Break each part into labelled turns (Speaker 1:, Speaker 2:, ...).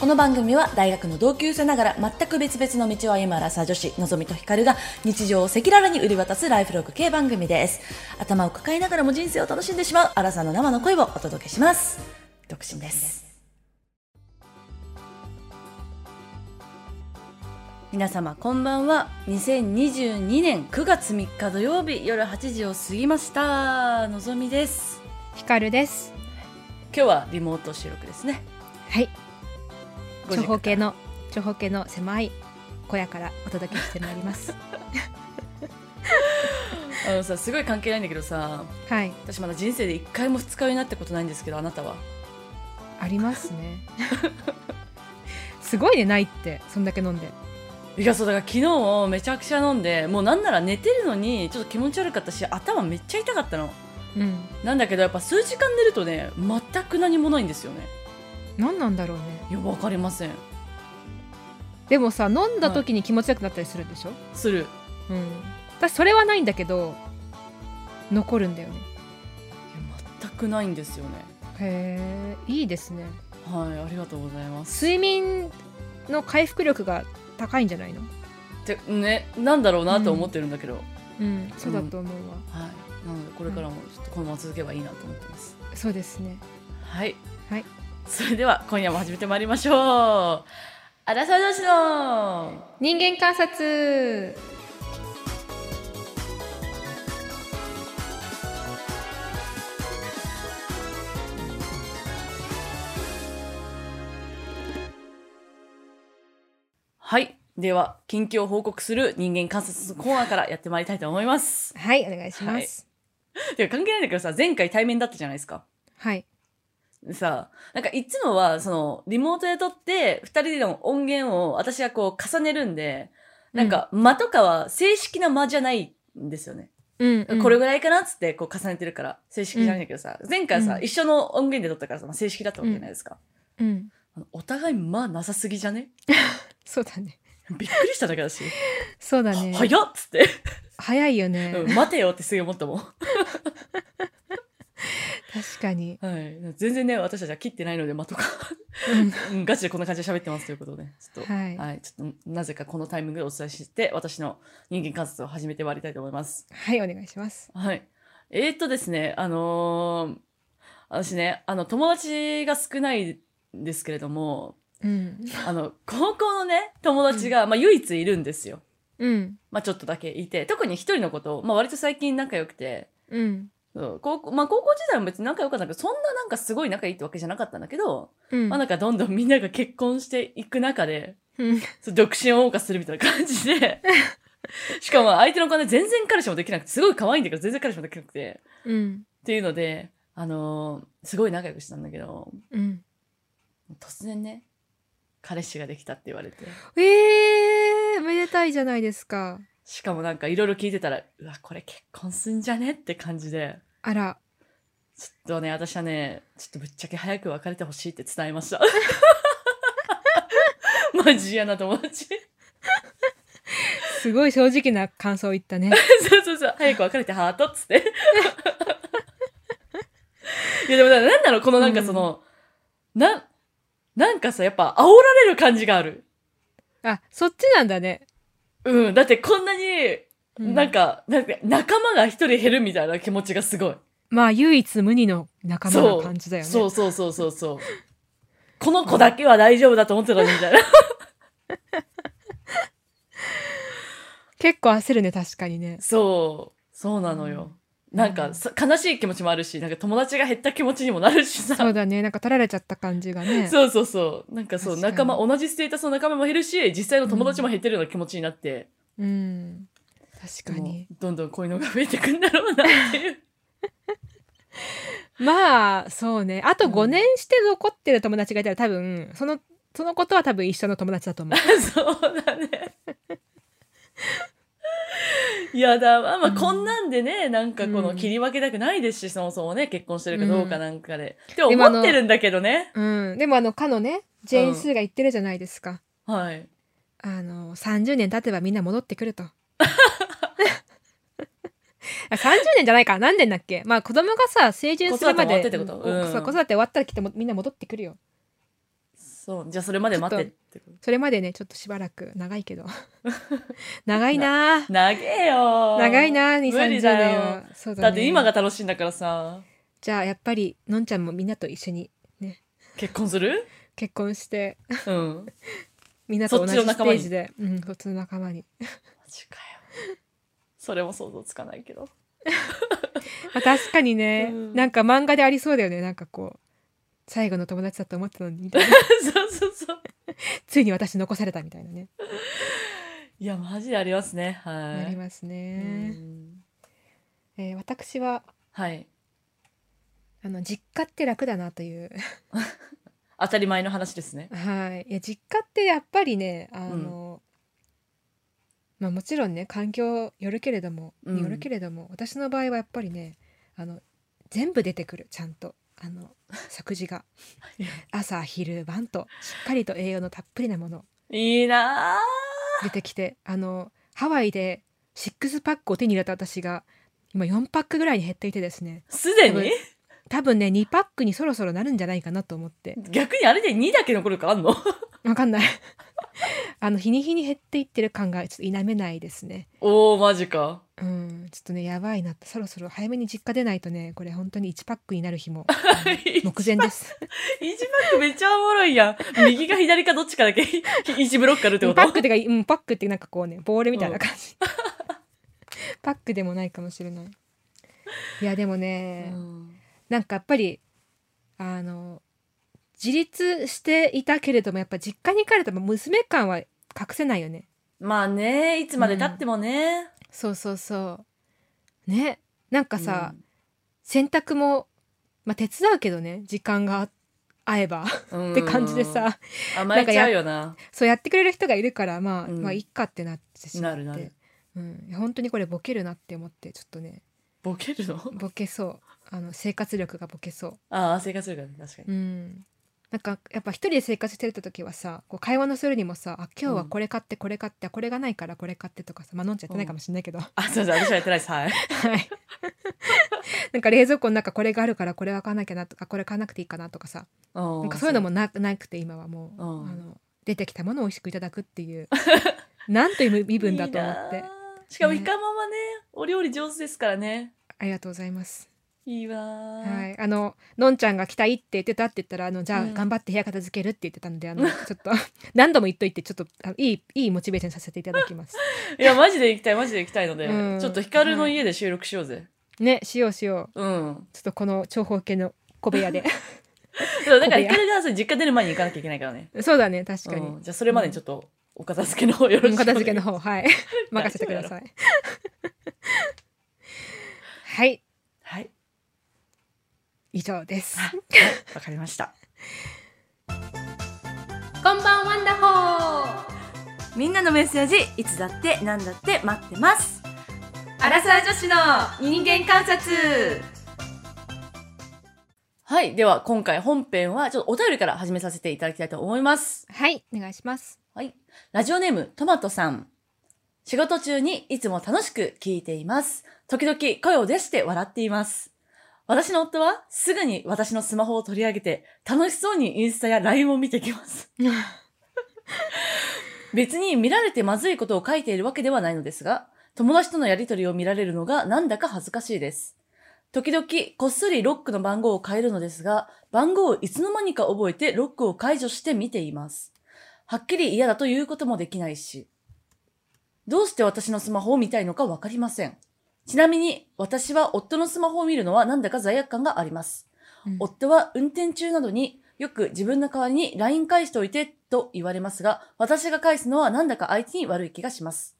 Speaker 1: この番組は大学の同級生ながら全く別々の道を歩むアラサー女子のぞみとひかるが日常を赤裸々に売り渡すライフログ系番組です頭を抱えながらも人生を楽しんでしまうアラサーの生の声をお届けします独身です
Speaker 2: 皆様こんばんは2022年9月3日土曜日夜8時を過ぎましたのぞみです
Speaker 3: ひかるです。
Speaker 2: 今日はリモート収録ですね
Speaker 3: はい、
Speaker 2: ご
Speaker 3: 長
Speaker 2: 実
Speaker 3: 方
Speaker 2: 家
Speaker 3: 形の長方形の狭い小屋からお届けしてまいり ます。
Speaker 2: あのさすごい関係ないんだけどさ
Speaker 3: はい、
Speaker 2: 私まだ人生で一回も二日酔いになったことないんですけどあなたは
Speaker 3: ありますね。すごいねないってそんだけ飲んで。
Speaker 2: いやそうだから昨日めちゃくちゃ飲んでもうなんなら寝てるのにちょっと気持ち悪かったし頭めっちゃ痛かったの
Speaker 3: うん、
Speaker 2: なんだけどやっぱ数時間寝るとね全く何もないんですよね
Speaker 3: 何なんだろうね。
Speaker 2: いやわかりません
Speaker 3: でもさ飲んだ時に気持ちよくなったりするでしょ。
Speaker 2: する
Speaker 3: うん、私それはないんだけど残るんだよね。
Speaker 2: いや全くないんですよね
Speaker 3: へえ、いいですね。
Speaker 2: はいありがとうございます
Speaker 3: 睡眠の回復力が高いんじゃないの？
Speaker 2: ってねなんだろうなと思ってるんだけど、
Speaker 3: うん、そうだと思うわ。
Speaker 2: はいなのでこれからもちょっとこのまま続けばいいなと思ってます
Speaker 3: そうですね。
Speaker 2: はい、
Speaker 3: はい、
Speaker 2: それでは今夜も始めてまいりましょうアラサー女子の
Speaker 3: 人間観察
Speaker 2: はいでは近況を報告する人間観察のコーナーからやってまいりたいと思います
Speaker 3: はいお願いします
Speaker 2: てか関係ないんだけどさ前回対面だったじゃないですか
Speaker 3: はい、
Speaker 2: でさなんかいつもはそのリモートで撮って2人での音源を私がこう重ねるんでなんか間とかは正式な間じゃないんですよね
Speaker 3: うんうん
Speaker 2: これぐらいかなっつってこう重ねてるから、正式じゃないんだけどさ、前回さ、
Speaker 3: うん
Speaker 2: 一緒の音源で撮ったからさ、まあ正式だったわけじゃないですか。
Speaker 3: うん
Speaker 2: あのお互い、まあ、なさすぎじゃね
Speaker 3: そうだね
Speaker 2: びっくりしただけだし、
Speaker 3: そう だね
Speaker 2: は早っつって、
Speaker 3: 早いよね、
Speaker 2: うん待てよってすげえ思ったもん。
Speaker 3: 確かに、
Speaker 2: はい。全然ね、私たちは切ってないので、まあとか、
Speaker 3: うん
Speaker 2: うんガチでこんな感じで喋ってますということで、ちょっと、
Speaker 3: はい
Speaker 2: ちょっと、なぜかこのタイミングでお伝えして、私の人間観察を始めてまいりたいと思います。
Speaker 3: はいお願いします
Speaker 2: はい。えー、っとですね、あのー私ね、あの、友達が少ないんですけれども、
Speaker 3: うん
Speaker 2: あの、高校のね、友達が、まあ、唯一いるんですよ。
Speaker 3: うん
Speaker 2: まあ、ちょっとだけいて、特に一人のこと、まあ、割と最近仲良くて、
Speaker 3: うん
Speaker 2: そう高校、まあ、高校時代も別に仲良かったけど、そんななんかすごい仲いいってわけじゃなかったんだけど、
Speaker 3: うん
Speaker 2: まあ、なんかどんどんみんなが結婚していく中で、
Speaker 3: うん
Speaker 2: そう独身を謳歌するみたいな感じ で、しかも相手の子ね、全然彼氏もできなくて、すごい可愛いんだけど、全然彼氏もできなくて、
Speaker 3: うん
Speaker 2: っていうので、あのーすごい仲良くしてたんだけど、
Speaker 3: うん
Speaker 2: 突然ね、彼氏ができたって言われて。
Speaker 3: えー、めでたいじゃないですか
Speaker 2: しかもなんかいろいろ聞いてたら、うわ、これ結婚すんじゃねって感じで、
Speaker 3: あら
Speaker 2: ちょっとね、私はね、ちょっとぶっちゃけ早く別れてほしいって伝えま した。マジやな友達。
Speaker 3: すごい正直な感想を言 ったね
Speaker 2: そうそうそう、早く別れてハートっつって。 いやでもななんだろう、このなんかその、な、なんかさ、やっぱ煽られる感じがある。
Speaker 3: あそっちなんだね、
Speaker 2: うん、だってこんなに、
Speaker 3: う
Speaker 2: なんか、なんか仲間が一人減るみたいな気持ちがすごい。
Speaker 3: まあ唯一無二の仲間
Speaker 2: そ
Speaker 3: の
Speaker 2: う
Speaker 3: 感じだよね
Speaker 2: そうそうそうそうそう。この子だけは大丈夫だと思ってたのにみたいな。
Speaker 3: 結構焦るね確かにね
Speaker 2: そう。そうなのよ。なん
Speaker 3: う
Speaker 2: か
Speaker 3: ん
Speaker 2: さ、悲しい気持ちもあるし、なんか友達が減った気持ちにもなるしさ。
Speaker 3: そうだねなんか取られちゃった感じがね
Speaker 2: そうそうそう。なんかそう、
Speaker 3: 確かに
Speaker 2: 仲間、同じステータスの仲間も減るし、実際の友達も減ってるような気持ちになって、
Speaker 3: うん確か
Speaker 2: も
Speaker 3: に
Speaker 2: うどんどんこういうのが増えてくんだろうなっていう。
Speaker 3: まあそうねあと
Speaker 2: うん
Speaker 3: 5年して残ってる友達がいたら多分そのそのことは多分一緒の友達だと思う
Speaker 2: そうだね。いやだわ、まあ、
Speaker 3: うん
Speaker 2: こんなんでね、なんかこ
Speaker 3: う
Speaker 2: の
Speaker 3: ん
Speaker 2: 切り分けたくないですし、そもそもね、結婚してるかどうかなんかで。って
Speaker 3: でもあ
Speaker 2: 思
Speaker 3: の
Speaker 2: ってるんだけどね。
Speaker 3: うんでもあのかのねジェーン・スーが言ってるじゃないですか、
Speaker 2: はい。
Speaker 3: あの30年経てばみんな戻ってくると あ30年じゃないか何年だっけまあ子供がさ成人するまで
Speaker 2: 子育て終わってってことうん
Speaker 3: そう子育て終わったら来てもみんな戻ってくるよ
Speaker 2: そう。じゃあそれまで待ってってこ
Speaker 3: それまでねちょっとしばらく長 いけど長いな
Speaker 2: と。長えよ。
Speaker 3: 長い。な2 3
Speaker 2: 無理
Speaker 3: 0
Speaker 2: だよ
Speaker 3: 年はそうだ,、ね、
Speaker 2: だって今が楽しいんだからさ。
Speaker 3: じゃあやっぱりのんちゃんもみんなと一緒に
Speaker 2: 結婚する
Speaker 3: 結婚して
Speaker 2: うん。マ
Speaker 3: みんなと同じ
Speaker 2: そっちの
Speaker 3: ス
Speaker 2: 仲
Speaker 3: テ
Speaker 2: 間
Speaker 3: ー
Speaker 2: に
Speaker 3: ジでうんそっちの 仲間に
Speaker 2: ジかよ。 それも想像つかないけ ど。
Speaker 3: まあ、確かにね、
Speaker 2: うん
Speaker 3: なんか漫画でありそうだよねなんかこう最後の友達だと思ってたのにみたい な
Speaker 2: そうそうそう。
Speaker 3: ついに私残されたみたいなね、
Speaker 2: いや、マジでありますね。はい。
Speaker 3: あります
Speaker 2: う
Speaker 3: ね、
Speaker 2: ん
Speaker 3: えー私は
Speaker 2: はい。
Speaker 3: あの実家って楽だなという
Speaker 2: 当たり前の話ですね。
Speaker 3: はいいや実家ってやっぱりねあの、まあもちろんね環境よるけれども、
Speaker 2: うん
Speaker 3: よるけれども私の場合はやっぱりねあの全部出てくるちゃんとあの食事が
Speaker 2: いや
Speaker 3: 朝昼晩としっかりと栄養のたっぷりなもの
Speaker 2: いいなあ
Speaker 3: 出てきてあのハワイで6パックを手に入れた私が今4パックぐらいに減っていてですね
Speaker 2: すで
Speaker 3: 多分
Speaker 2: に
Speaker 3: 多分ね2パックにそろそろなるんじゃないかなと思って
Speaker 2: 逆にあれで2だけ残るかあ んの
Speaker 3: わかんないあの日に日に減っていってる感がちょっと否めないですね
Speaker 2: おー、マジ か。
Speaker 3: うんちょっとねやばいなってそろそろ早めに実家出ないとねこれ本当に1パックになる日もあの目前です
Speaker 2: 一パックめっちゃおもろいやん。右か左かどっちかだけ 一ブロックあるってこと
Speaker 3: 2パックってか、うん、パックってなんかこうねボールみたいな感じ、パックでもないかもしれないいやでもね、
Speaker 2: うん
Speaker 3: なんかやっぱりあの自立していたけれどもやっぱ実家に帰ると娘感は隠せないよね
Speaker 2: まあね、いつまで経ってもね。
Speaker 3: そうそうそうねなんかさ、
Speaker 2: うん
Speaker 3: 洗濯も、まあ、手伝うけどね時間が合えば
Speaker 2: うん
Speaker 3: って感じでさ、
Speaker 2: 甘えちゃうよな。
Speaker 3: そうやってくれる人がいるからまあ、
Speaker 2: うん
Speaker 3: まあいっかってなってしまって
Speaker 2: なるなる
Speaker 3: うん、いや本当にこれボケるなって思ってちょっとね
Speaker 2: ボケるの
Speaker 3: ボケそうあの生活力がボケそう
Speaker 2: ああ、生活するからね、確かに。
Speaker 3: うん、なんかやっぱ一人で生活してた時はさこう会話のするにもさ「あ今日はこれ買ってこれ買って、あこれがないからこれ買って」とかさまあ飲んじゃってないかもしんないけど、は
Speaker 2: あ、そうそう、私はやってないです。はい。
Speaker 3: い なんか冷蔵庫の中これがあるからこれは買わなきゃなとかこれ買わなくていいかなとかさ
Speaker 2: な
Speaker 3: なんかそういうのもななくて今はもう、
Speaker 2: うん
Speaker 3: あの出てきたものを美味しくいただくっていう なんという身分だと思って
Speaker 2: いいなあ。しかも、
Speaker 3: ね
Speaker 2: イカママね、お料理上手ですからね。
Speaker 3: ありがとうございます。
Speaker 2: いいわ
Speaker 3: は
Speaker 2: ー。
Speaker 3: い、あののんちゃんが来たいって言ってたって言ったらあのじゃあ
Speaker 2: うん
Speaker 3: 頑張って部屋片付けるって言ってたので、あの ちょっと何度も言っといてちょっとあのいいいいモチベーションさせていただき ます。
Speaker 2: いや、マジで行きたい、マジで行きたいので、
Speaker 3: うん
Speaker 2: ちょっとヒカルの家で収録しようぜ。
Speaker 3: ねしようしよう
Speaker 2: うん。
Speaker 3: ちょっとこの長方形の小部屋 で
Speaker 2: そうだから、
Speaker 3: 小
Speaker 2: ヒ
Speaker 3: 部
Speaker 2: カ
Speaker 3: 屋
Speaker 2: ルがそう実家出る前に行かなきゃいけないからね。
Speaker 3: そうだね確かに、
Speaker 2: うんじゃあ、それまでにちょっと、お片付けの方よろしくお願いします。
Speaker 3: 片付け の方はい任せてください。 はい
Speaker 2: はい。
Speaker 3: 以上 です。
Speaker 2: わかりました。
Speaker 3: こんばんワンダホー
Speaker 1: みんなのメッセージいつだって何だって待ってます
Speaker 2: アラサー女子の人間観察はい。では、今回本編は、ちょっとお便りから始めさせていただきたいと思います。
Speaker 3: はいお願いします。
Speaker 2: はい。ラジオネーム、トマトさん。仕事中にいつも楽しく聞いています。時々声を出して笑っています。私の夫はすぐに私のスマホを取り上げて、楽しそうにインスタや LINE を見てきます。別に見られてまずいことを書いているわけではないのですが、友達とのやりとりを見られるのがなんだか恥ずかしいです。時々こっそりロックの番号を変えるのですが、番号をいつの間にか覚えてロックを解除して見ています。はっきり嫌だということもできないし。どうして私のスマホを見たいのかわかりません。ちなみに、私は夫のスマホを見るのはなんだか罪悪感があります。
Speaker 3: うん
Speaker 2: 夫は運転中などによく自分の代わりに LINE 返しておいてと言われますが、私が返すのはなんだか相手に悪い気がします。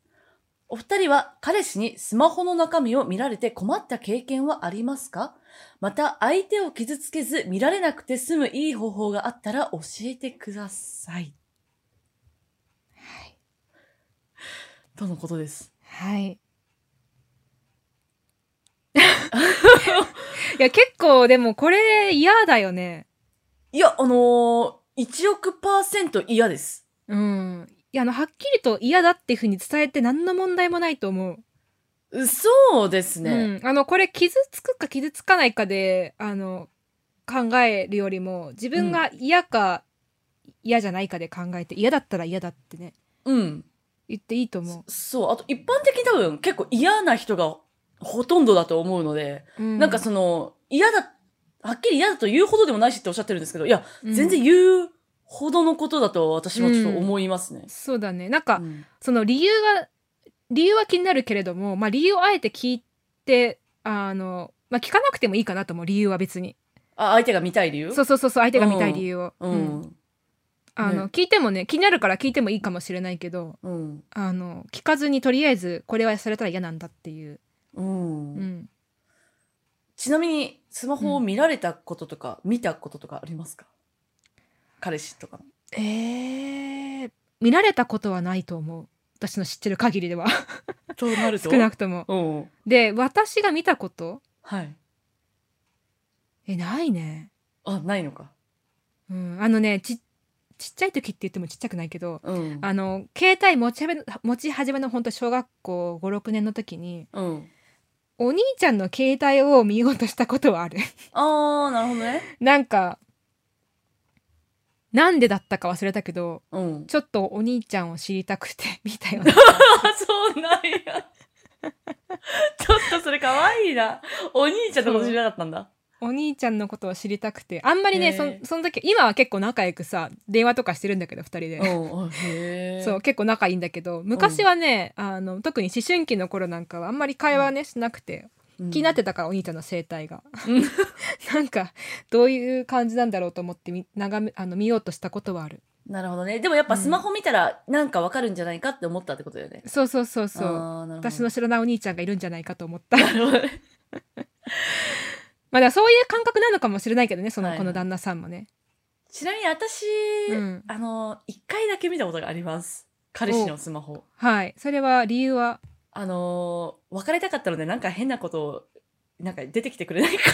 Speaker 2: お二人は彼氏にスマホの中身を見られて困った経験はありますかまた相手を傷つけず見られなくて済むいい方法があったら教えてください。
Speaker 3: はい
Speaker 2: とのことです。
Speaker 3: はい。いや結構でもこれ嫌だよね。
Speaker 2: いや、あのー、1億パーセント嫌です。
Speaker 3: うん。いやあのはっきりと嫌だっていうふうに伝えて何の問題もないと思う。
Speaker 2: そうですね。
Speaker 3: うん。あのこれ傷つくか傷つかないかであの考えるよりも自分が嫌か、嫌じゃないかで考えて嫌だったら嫌だってね
Speaker 2: うん。
Speaker 3: 言っていいと思
Speaker 2: そう。あと一般的に多分結構嫌な人がほとんどだと思うので、
Speaker 3: う、
Speaker 2: なんかその嫌だ、はっきり嫌だと言うほどでもないしっておっしゃってるんですけど、いや、
Speaker 3: うん
Speaker 2: 全然言うほどのことだと私もちょっと思いますね。
Speaker 3: そうだねなんか、
Speaker 2: うん
Speaker 3: その理由が理由は気になるけれども、まあ、理由をあえて聞いてあの、まあ、聞かなくてもいいかなと思う理由は別に
Speaker 2: あ、相手が見たい理由
Speaker 3: そうそうそうそう相手が見たい理由を、
Speaker 2: う
Speaker 3: うん
Speaker 2: ん。
Speaker 3: あの
Speaker 2: ね
Speaker 3: 聞いてもね気になるから聞いてもいいかもしれないけど
Speaker 2: うん。
Speaker 3: あの聞かずにとりあえずこれはされたら嫌なんだっていう、
Speaker 2: うん。
Speaker 3: うん、
Speaker 2: ちなみに、スマホを見られたこととか、見たこととかありますか彼氏とかの。
Speaker 3: えー、見られたことはないと思う私の知ってる限りでは
Speaker 2: となる
Speaker 3: 少なくとも
Speaker 2: うん。
Speaker 3: で私が見たこと
Speaker 2: はい。
Speaker 3: えないね、
Speaker 2: あ、ないのか。
Speaker 3: うん、あのねちちっちゃい時って言ってもちっちゃくないけど
Speaker 2: うん。
Speaker 3: あの携帯持ちはめ持ち始めの本当小学校56年の時に
Speaker 2: うん。
Speaker 3: お兄ちゃんの携帯を見ようとしたことはある
Speaker 2: あー、なるほどね。
Speaker 3: なんかなんでだったか忘れたけど
Speaker 2: うん。
Speaker 3: ちょっとお兄ちゃんを知りたくて 見 たよね
Speaker 2: あ、そうなんや。ちょっとそれ可愛いな。お兄ちゃんのこと知らなかったんだ。
Speaker 3: お兄ちゃんのことを知りたくてあんまりねそ
Speaker 2: へー
Speaker 3: その時今は結構仲良くさ電話とかしてるんだけど2人で、
Speaker 2: うん。あへえ。
Speaker 3: そう。結構仲いいんだけど昔はね、あの特に思春期の頃なんかはあんまり会話ね、しなくて気になっ。てたからお兄ちゃんの生態が、
Speaker 2: うん
Speaker 3: なんかどういう感じなんだろうと思ってみ眺めあの見ようとしたことはある
Speaker 2: なるほどね。でもやっぱスマホ見たらなんかわかるんじゃないかって思ったってことだよね。
Speaker 3: そうそうそうそう
Speaker 2: あーなるほど
Speaker 3: 私の知らないお兄ちゃんがいるんじゃないかと思った
Speaker 2: なるほどね
Speaker 3: まあだからそういう感覚なのかもしれないけどねその、
Speaker 2: はいはい
Speaker 3: この旦那さんもね
Speaker 2: ちなみに私、
Speaker 3: うん
Speaker 2: あの、一回だけ見たことがあります。彼氏のスマホ。
Speaker 3: はいそれは理由は
Speaker 2: あのー別れたかったのでなんか変なことを、なんか出てきてくれないか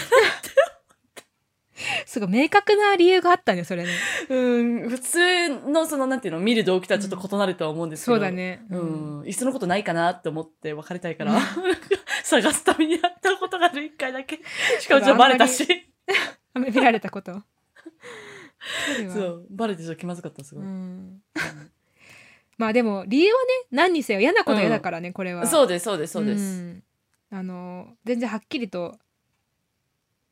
Speaker 3: すごい明確な理由があったねそれね
Speaker 2: な。 うん、普通のその、なんていうの、見る動機とはちょっと異なるとは思うんですけ
Speaker 3: そ
Speaker 2: ど。
Speaker 3: うだね
Speaker 2: うん、いっそのことないかなって思って別れたいから、 探すためにやったことがある一回だ け。しかもちょっとバレたし。
Speaker 3: あんまり見られたことそれは
Speaker 2: そう、バレてちょっと気まずかった、すご
Speaker 3: う
Speaker 2: い。
Speaker 3: ん まあでも理由はね何にせよ嫌なことは嫌だからね、これは
Speaker 2: そうです、そうです、そうです。
Speaker 3: んあの全然はっきりと、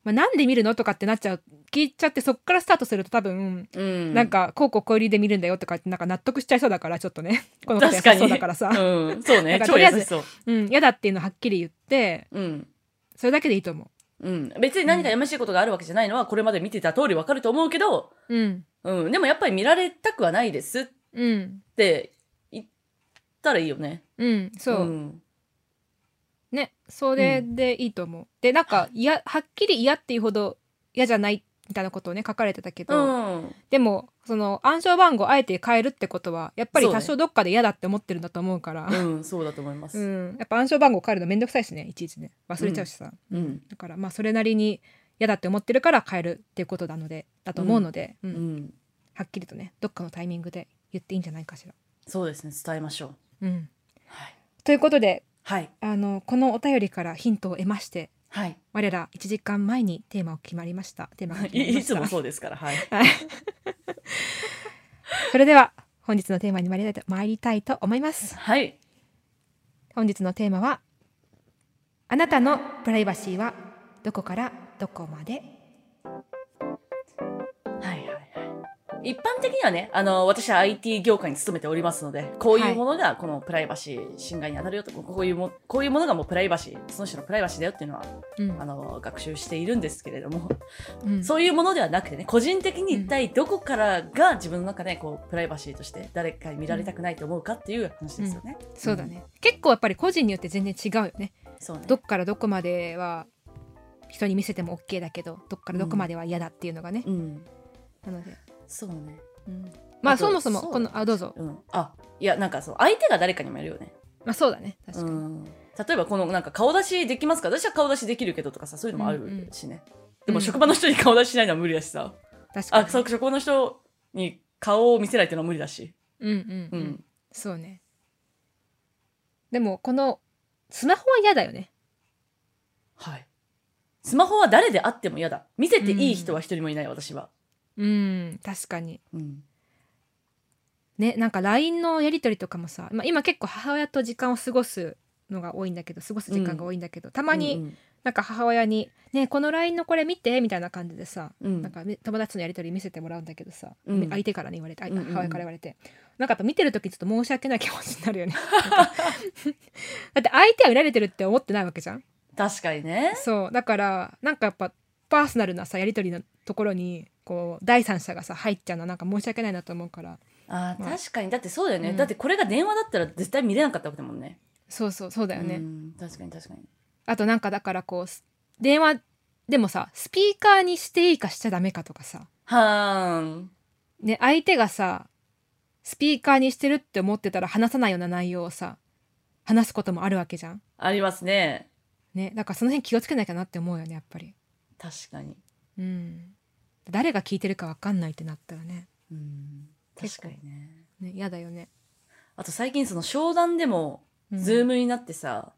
Speaker 3: まあ、なんで見るのとかってなっちゃう聞いちゃってそっからスタートすると多分、
Speaker 2: うん。
Speaker 3: なん、かこうこうこういう理由で見るんだよとかってなんか納得しちゃいそうだからちょっと ねこの子優
Speaker 2: 確
Speaker 3: し
Speaker 2: かに。
Speaker 3: そうだからさ、
Speaker 2: うん、そうね。
Speaker 3: なんか
Speaker 2: 超
Speaker 3: とり
Speaker 2: 優
Speaker 3: あえず
Speaker 2: しそう。
Speaker 3: うん、嫌だっていうのはっきり言って
Speaker 2: うん。
Speaker 3: それだけでいいと思
Speaker 2: うん。別に何かやましいことがあるわけじゃないのは、これまで見てた通りわかると思うけど、
Speaker 3: ううん
Speaker 2: うん。でもやっぱり見られたくはないですっ
Speaker 3: うん
Speaker 2: て言ったらいいよね。
Speaker 3: うんそう、
Speaker 2: ん。
Speaker 3: ねそれでいいと思う、でなんかいやはっきり嫌っていうほど嫌じゃないみたいなことをね書かれてたけ
Speaker 2: う
Speaker 3: ど、
Speaker 2: ん。
Speaker 3: でもその暗証番号あえて変えるってことはやっぱり
Speaker 2: そうね
Speaker 3: 多少どっかで嫌だって思ってるんだと思うから
Speaker 2: うん、そうだと思いま
Speaker 3: う
Speaker 2: す。
Speaker 3: ん、やっぱ暗証番号変えるのめんどくさいしねいちいちね忘れちゃうしさ、
Speaker 2: うん。
Speaker 3: だからまあそれなりに嫌だって思ってるから変えるっていうことなのでだと思うので、う
Speaker 2: うんん。
Speaker 3: はっきりとねどっかのタイミングで言っていいんじゃないかしら。
Speaker 2: そうですね。伝えましょう。
Speaker 3: うん、
Speaker 2: はい。
Speaker 3: ということで
Speaker 2: はい。
Speaker 3: あのこのお便りからヒントを得まして
Speaker 2: はい。
Speaker 3: 我ら1時間前にテーマを決まりましたテーマが決まり
Speaker 2: い
Speaker 3: ま
Speaker 2: い
Speaker 3: し
Speaker 2: つ
Speaker 3: た
Speaker 2: もそうですから、はい。
Speaker 3: それでは本日のテーマに参りたい参りたいと思います。
Speaker 2: はい。
Speaker 3: 本日のテーマはあなたのプライバシーはどこからどこまで
Speaker 2: はいはいはい。一般的にはね、あの、私は IT 業界に勤めておりますので、こういうものがこのプライバシー侵害に当たるよと、こういうも、こういうものがもうプライバシー、その人のプライバシーだよっていうのは、
Speaker 3: うん
Speaker 2: あの、学習しているんですけれども、
Speaker 3: うん
Speaker 2: そういうものではなくてね、個人的に一体どこからが自分の中でこう、プライバシーとして誰かに見られたくないと思うかっていう話ですよね。
Speaker 3: そうだね、結構やっぱり個人によって全然違うよね
Speaker 2: そうね。
Speaker 3: どっからどこまでは人に見せても OK だけどどっからどこまでは嫌だっていうのがね
Speaker 2: う、ん。
Speaker 3: なので、
Speaker 2: そうね。
Speaker 3: うんまあ
Speaker 2: あと
Speaker 3: そもそも
Speaker 2: そう
Speaker 3: このあどうぞ
Speaker 2: うん。あ、いや、なんかそう、相手が誰かにもやるよね。
Speaker 3: まあそうだね確かに、
Speaker 2: うん、例えばこのなんか顔出しできますか私は顔出しできるけどとかさそういうのもあるしね、で
Speaker 3: うん
Speaker 2: も職場の人に顔出ししないのは無理だしさ、
Speaker 3: 確かに
Speaker 2: あそう職場の人に顔を見せないっていうのは無理だし、
Speaker 3: うんうん、
Speaker 2: う
Speaker 3: うんん、そうねでもこのスマホは嫌だよね
Speaker 2: はいスマホは誰であっても嫌だ見せていい人は一人もいない、私は、
Speaker 3: うん確かに
Speaker 2: うん、
Speaker 3: ねなんか LINE のやり取りとかもさ、まあ、今結構母親と時間を過ごすのが多いんだけど過ごす時間が多いんだけど、たま
Speaker 2: う
Speaker 3: に
Speaker 2: ん
Speaker 3: なんか母親に「ねえこの LINE のこれ見て」みたいな感じでさ、
Speaker 2: うん
Speaker 3: なんかめ友達のやり取り見せてもらうんだけどさ、
Speaker 2: うん
Speaker 3: 相手からね言われてあ
Speaker 2: うんうんうん
Speaker 3: 母親から言われて、なんかやっぱ見てる時ちょっと申し訳ない気持ちになるよね。 だって相手は見られてるって思ってないわけじゃん
Speaker 2: 確かにね
Speaker 3: そうだからなんかやっぱパーソナルなさやり取りのところにこう第三者がさ入っちゃうのはなんか申し訳ないなと思うから
Speaker 2: あー、
Speaker 3: まあ
Speaker 2: 確かにだってそうだよね、
Speaker 3: うん
Speaker 2: だってこれが電話だったら絶対見れなかったわけだもんね
Speaker 3: そうそうそうだよね、
Speaker 2: うん確かに確かに
Speaker 3: あとなんかだからこうす電話でもさスピーカーにしていいかしちゃダメかとかさ
Speaker 2: はーん
Speaker 3: ね相手がさスピーカーにしてるって思ってたら話さないような内容をさ話すこともあるわけじゃん
Speaker 2: ありますね
Speaker 3: ねだからその辺気をつけなきゃなって思うよねやっぱり
Speaker 2: 確かに
Speaker 3: うん誰が聞いてるかわかんないってなったらね
Speaker 2: うん確
Speaker 3: 結
Speaker 2: か
Speaker 3: 構
Speaker 2: にね
Speaker 3: ね嫌だよね、
Speaker 2: あと最近その商談でも
Speaker 3: うん
Speaker 2: ズームになってさ、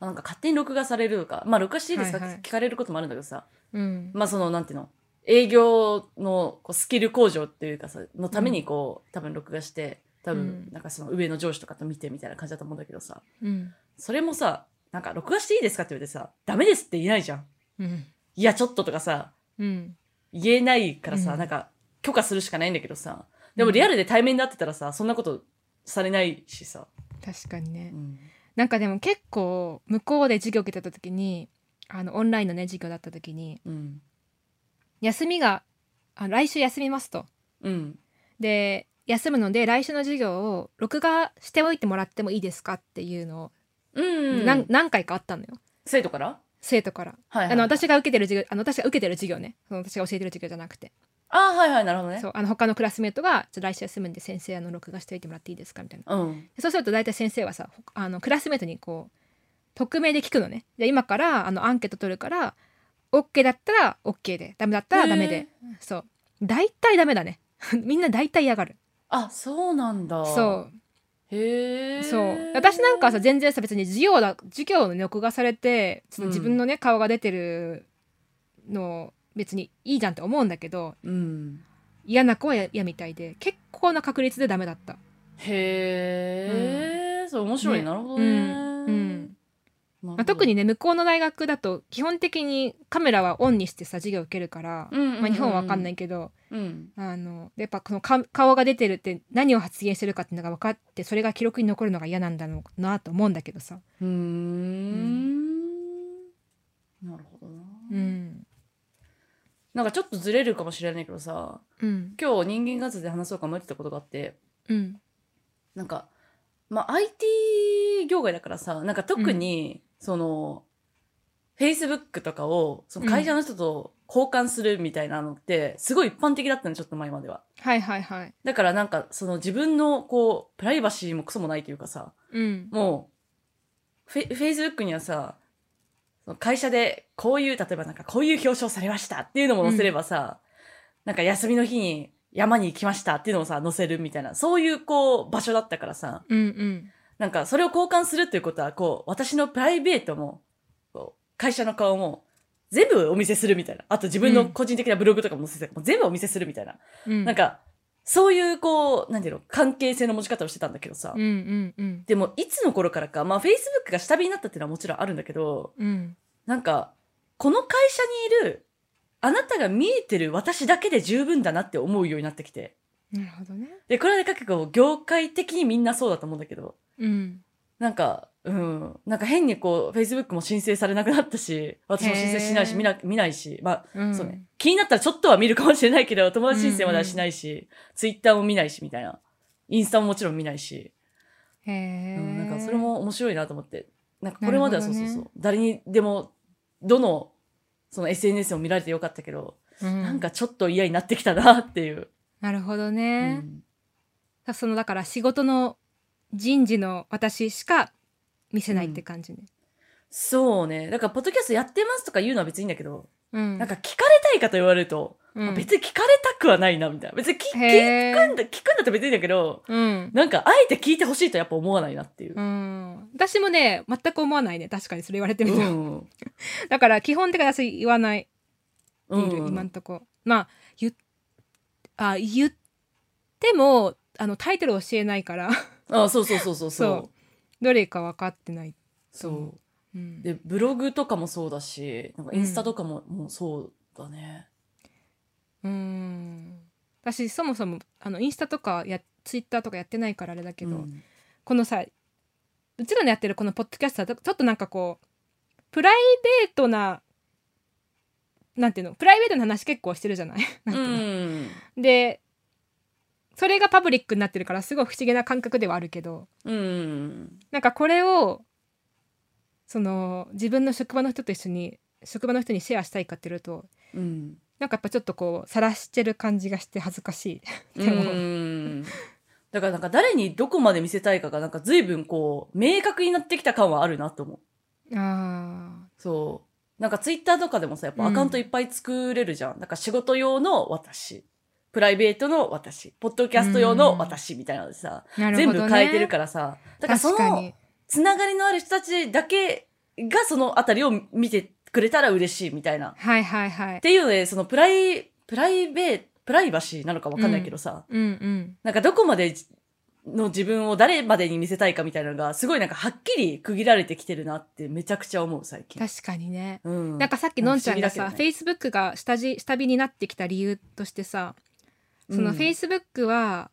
Speaker 2: なんか勝手に録画されるかまあ録画していいですか、
Speaker 3: はいはい
Speaker 2: 聞かれることもあるんだけどさ
Speaker 3: うん
Speaker 2: まあそのなんていうの営業のこうスキル向上っていうかさのためにこう、多分録画して多分
Speaker 3: うん
Speaker 2: なんかその上の上司とかと見てみたいな感じだと思うんだけどさ
Speaker 3: うん
Speaker 2: それもさなんか録画していいですかって言われてさダメですって言えないじゃん
Speaker 3: うん
Speaker 2: いやちょっととかさ
Speaker 3: うん
Speaker 2: 言えないからさ、
Speaker 3: うん
Speaker 2: なんか許可するしかないんだけどさでもリアルで対面で会ってたらさそんなことされないしさ、
Speaker 3: 確かにね
Speaker 2: うん
Speaker 3: なんかでも結構向こうで授業受けてた時にあのオンラインのね授業だった時に
Speaker 2: うん
Speaker 3: 休みがあ来週休みますと
Speaker 2: うん
Speaker 3: で休むので来週の授業を録画しておいてもらってもいいですかっていうのを、
Speaker 2: うん
Speaker 3: なん何回かあったのよ
Speaker 2: 生徒から
Speaker 3: 生徒から、
Speaker 2: はい、はい、
Speaker 3: あの私が受けてる授業あの私が受けてる授業ねその私が教えてる授業じゃなくて
Speaker 2: あーはいはいなるほどね
Speaker 3: そうあの他のクラスメートが「じゃあ来週休むんで先生あの録画しておいてもらっていいですか?」みたいな
Speaker 2: うん
Speaker 3: でそうすると大体先生はさほあのクラスメートにこう匿名で聞くのねで今からあのアンケート取るから OK だったら OK でダメだったらダメでそう大体ダメだね みんな大体嫌がる
Speaker 2: あそうなんだ
Speaker 3: そ
Speaker 2: う
Speaker 3: う
Speaker 2: へえ
Speaker 3: そう私なんかはさ全然さ別に授業だ授業の録画されてその自分のね、顔が出てるの別にいいじゃんって思うんだけど
Speaker 2: うん
Speaker 3: 嫌な子は嫌みたいで結構な確率でダメだった
Speaker 2: へえ、そう面白い、
Speaker 3: ね
Speaker 2: なるほど
Speaker 3: う
Speaker 2: ね、
Speaker 3: んうん
Speaker 2: ま
Speaker 3: まあ、特にね向こうの大学だと基本的にカメラはオンにしてさ授業受けるから、
Speaker 2: うんうんうんうん
Speaker 3: まあ、日本は分かんないけど
Speaker 2: うん
Speaker 3: あのやっぱこのか顔が出てるって何を発言してるかっていうのが分かってそれが記録に残るのが嫌なんだろうなと思うんだけどさ、
Speaker 2: うーんなるほどな、
Speaker 3: うん
Speaker 2: なんかちょっとずれるかもしれないけどさ
Speaker 3: うん
Speaker 2: 今日人間関係で話そうか迷ってたことがあって
Speaker 3: うん
Speaker 2: なんか、まあ、IT 業界だからさなんか特に、その Facebook とかをその会社の人と交換するみたいなのって、すごい一般的だったのちょっと前までは。
Speaker 3: はいはいはい。
Speaker 2: だからなんかその自分のこうプライバシーもクソもないというかさ
Speaker 3: うん
Speaker 2: もうフェフェイスブックにはさその会社でこういう例えばなんかこういう表彰されましたっていうのも載せればさ、なんか休みの日に山に行きましたっていうのもさ載せるみたいなそういうこう場所だったからさ
Speaker 3: うんうん
Speaker 2: なんかそれを交換するっていうことはこう私のプライベートもこう会社の顔も全部お見せするみたいなあと自分の個人的なブログとかも載せて、もう全部お見せするみたいな
Speaker 3: うん
Speaker 2: なんか、そういう、こう、なんていうの、関係性の持ち方をしてたんだけどさ。
Speaker 3: うんうんうん
Speaker 2: でも、いつの頃からか、まあ、Facebook が下火になったっていうのはもちろんあるんだけど、
Speaker 3: うん
Speaker 2: なんか、この会社にいる、あなたが見えてる私だけで十分だなって思うようになってきて。
Speaker 3: なるほどね
Speaker 2: で、これは結構業界的にみんなそうだと思うんだけど、
Speaker 3: うん
Speaker 2: なんか、うん、なんか変にこう、Facebook も申請されなくなったし、私も申請しないし、
Speaker 3: へー
Speaker 2: 見な見ないし、まあ、
Speaker 3: うん
Speaker 2: そうね。気になったらちょっとは見るかもしれないけど、友達申請まではしないし、ツイッターも見ないし、みたいな。インスタももちろん見ないし。う
Speaker 3: へえ、
Speaker 2: ん、なんかそれも面白いなと思って。なんかこれまでは
Speaker 3: な
Speaker 2: そ
Speaker 3: る
Speaker 2: う
Speaker 3: ほ
Speaker 2: そ
Speaker 3: ど
Speaker 2: う
Speaker 3: ね
Speaker 2: そう。誰にでも、どの、その SNS を見られてよかったけど、
Speaker 3: う
Speaker 2: なんかちょっと嫌になってきたなっていう。
Speaker 3: なるほど
Speaker 2: う
Speaker 3: ね、
Speaker 2: ん
Speaker 3: そのだから仕事の人事の私しか見せないって感じね、
Speaker 2: そうね。だから、ポッドキャストやってますとか言うのは別にいいんだけど、
Speaker 3: うん
Speaker 2: なんか聞かれたいかと言われると、
Speaker 3: うん、
Speaker 2: 別に聞かれたくはないな、みたいな。別に聞聞
Speaker 3: へー
Speaker 2: くんだ、聞くんだって別にいいんだけど、
Speaker 3: うん、
Speaker 2: なんか、あえて聞いてほしいとやっぱ思わないなっていう
Speaker 3: う。ん、私もね全く思わないね確かにそれ言われてみ
Speaker 2: う
Speaker 3: たら、
Speaker 2: ん
Speaker 3: だから基本的に私言わない
Speaker 2: うん
Speaker 3: 今んとこまあ言っあ言ってもあのタイトル教えないから
Speaker 2: あそうそうそうそうそう
Speaker 3: どれか分かってない、
Speaker 2: そう
Speaker 3: うん
Speaker 2: でブログとかもそうだしなんかインスタとかも、もうそうだね
Speaker 3: うーん私そもそもあのインスタとかやツイッターとかやってないからあれだけど、
Speaker 2: うん
Speaker 3: このさうちらのやってるこのポッドキャストはちょちょっとなんかこうプライベートななんていうのプライベートな話結構してるじゃない なんていうの
Speaker 2: うん
Speaker 3: でそれがパブリックになってるからすごい不思議な感覚ではあるけど
Speaker 2: うん
Speaker 3: なんかこれをその自分の職場の人と一緒に職場の人にシェアしたいかっていうと
Speaker 2: うん
Speaker 3: なんかやっぱちょっとこう晒してる感じがして恥ずかしい。で
Speaker 2: う
Speaker 3: も
Speaker 2: んだからなんか誰にどこまで見せたいかがなんか随分こう明確になってきた感はあるなと思う
Speaker 3: あ
Speaker 2: そうなんかツイッターとかでもさやっぱアカウントいっぱい作れるじゃん、なんか仕事用の私プライベートの私ポッドキャスト用の私みたいなのでさ、
Speaker 3: ー なる
Speaker 2: 全
Speaker 3: ほ
Speaker 2: 部
Speaker 3: ど、ね、
Speaker 2: 変えてるからさだからそ
Speaker 3: 確か
Speaker 2: の
Speaker 3: に
Speaker 2: つながりのある人たちだけがそのあたりを見てくれたら嬉しいみたいな。っ
Speaker 3: はいはいはい。
Speaker 2: ていうので、そのプライ、プライベート、プライバシーなのかわかんないけどさ、
Speaker 3: うんうん。
Speaker 2: なんかどこまでの自分を誰までに見せたいかみたいなのが、すごいなんかはっきり区切られてきてるなってめちゃくちゃ思う最近。
Speaker 3: 確かにね。
Speaker 2: うん。
Speaker 3: なんかさっきのんちゃんがさ、
Speaker 2: 不思議だけど
Speaker 3: Facebook が下地下火になってきた理由としてさ、その
Speaker 2: うん
Speaker 3: Facebook は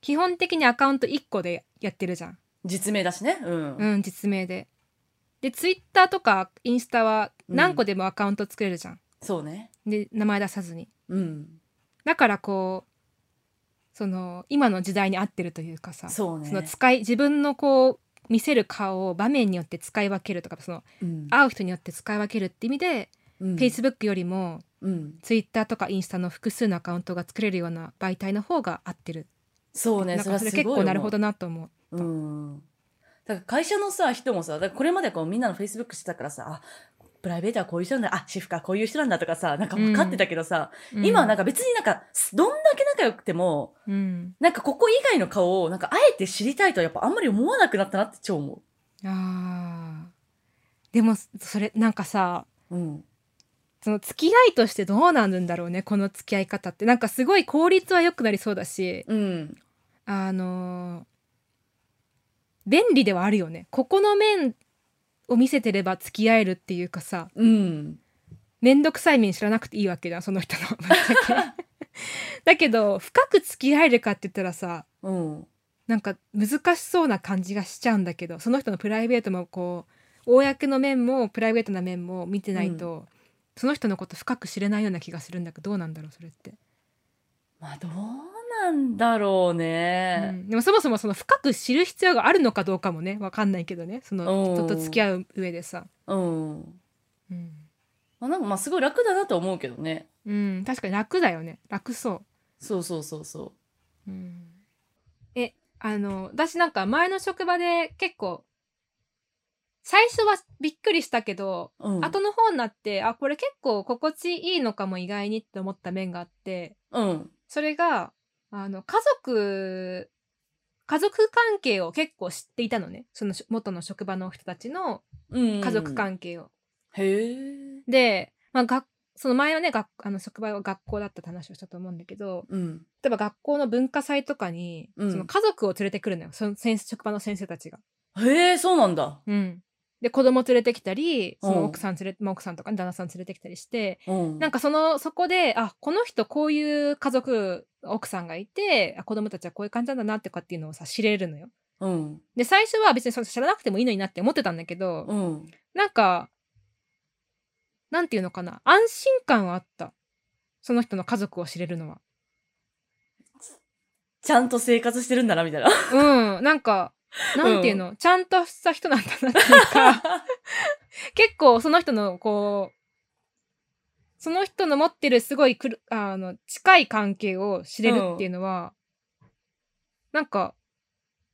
Speaker 3: 基本的にアカウント1個でやってるじゃん。
Speaker 2: 実名だしね。うん。
Speaker 3: うん、実名で。で、Twitter とかインスタは何個でもアカウント作れるじゃん。
Speaker 2: そうね。
Speaker 3: で、名前出さずに。
Speaker 2: うん。
Speaker 3: だからこう、その今の時代に合ってるというかさ、
Speaker 2: そうね。
Speaker 3: その使い自分のこう見せる顔を場面によって使い分けるとか、その
Speaker 2: うん、
Speaker 3: 会う人によって使い分けるって意味で、
Speaker 2: うん、
Speaker 3: Facebook よりも
Speaker 2: うん。
Speaker 3: Twitter とかインスタの複数のアカウントが作れるような媒体の方が合ってる。
Speaker 2: そうね。
Speaker 3: なん
Speaker 2: それ
Speaker 3: か
Speaker 2: はすご
Speaker 3: それ
Speaker 2: い思
Speaker 3: 結
Speaker 2: う。
Speaker 3: 構なるほどなと思う。
Speaker 2: うん。だから会社のさ、人もさ、だからこれまでこうみんなの Facebook してたからさ、あ、プライベートはこういう人なんだ、あ、シフかこういう人なんだとかさ、なんか分かってたけどさ、今はなんか
Speaker 3: か、
Speaker 2: 別になんか、どんだけ仲良くても、
Speaker 3: うん、
Speaker 2: なんかここ以外の顔を、なんかあえて知りたいとはやっぱあんまり思わなくなったなって超思
Speaker 3: あーでもそれなんかさ
Speaker 2: う。うん。
Speaker 3: その付き合いとしてどうなるんだろうねこの付き合い方ってなんかすごい効率は良くなりそうだし
Speaker 2: うん。
Speaker 3: あのー便利ではあるよねここの面を見せてれば付き合えるっていうかさ
Speaker 2: うん。
Speaker 3: 面倒くさい面知らなくていいわけじゃんその人のぶっちゃけだけど深く付き合えるかって言ったらさ
Speaker 2: うん。
Speaker 3: なんか難しそうな感じがしちゃうんだけどその人のプライベートもこう公の面もプライベートな面も見てないと、その人のこと深く知れないような気がするんだけどどうなんだろうそれって、
Speaker 2: まあどうなんだろう
Speaker 3: う
Speaker 2: ね。
Speaker 3: んでもそもそもその深く知る必要があるのかどうかもねわかんないけどねそ
Speaker 2: お
Speaker 3: の
Speaker 2: ー
Speaker 3: 人と付き合う上でさ、
Speaker 2: うん。
Speaker 3: うん
Speaker 2: まあなんかまあすごい楽だなと思うけどね。
Speaker 3: うん確かに楽だよね楽そ、
Speaker 2: そうそうそうそう
Speaker 3: えあの私なんか前の職場で結構最初はびっくりしたけど
Speaker 2: う。うん。
Speaker 3: 後の方になってあこれ結構心地いいのかも意外にって思った面があって
Speaker 2: うん。
Speaker 3: それがあの家族家族関係を結構知っていたのねそのし元の職場の人たちの
Speaker 2: うん。
Speaker 3: 家族関係を。
Speaker 2: へえ。
Speaker 3: で、まあ、がその前はね学あの職場は学校だったって話をしたと思うんだけど
Speaker 2: うん。
Speaker 3: 例えば学校の文化祭とかに、
Speaker 2: うん
Speaker 3: その家族を連れてくるのよその先職場の先生たちが。
Speaker 2: へえ、そうなんだ。
Speaker 3: うん、で子供連れてきたりそ
Speaker 2: うん
Speaker 3: の奥さん連れ、まあ、奥さんとかね旦那さん連れてきたりして
Speaker 2: うん。
Speaker 3: なんかそのそこであこの人こういう家族奥さんがいてあ子供たちはこういう感じなんだなってかっていうのをさ知れるのよ。
Speaker 2: うん。
Speaker 3: で最初は別にそれ知らなくてもいいのになって思ってたんだけど、
Speaker 2: うん。
Speaker 3: なんかなんていうのかな安心感はあったその人の家族を知れるのは。
Speaker 2: ちゃんと生活してるんだな、みたいな。
Speaker 3: うんなんかなんていうの、ちゃんとした人なん だなっていうか結構その人のこうその人の持ってるすごいくるあの近い関係を知れるっていうのは、なんか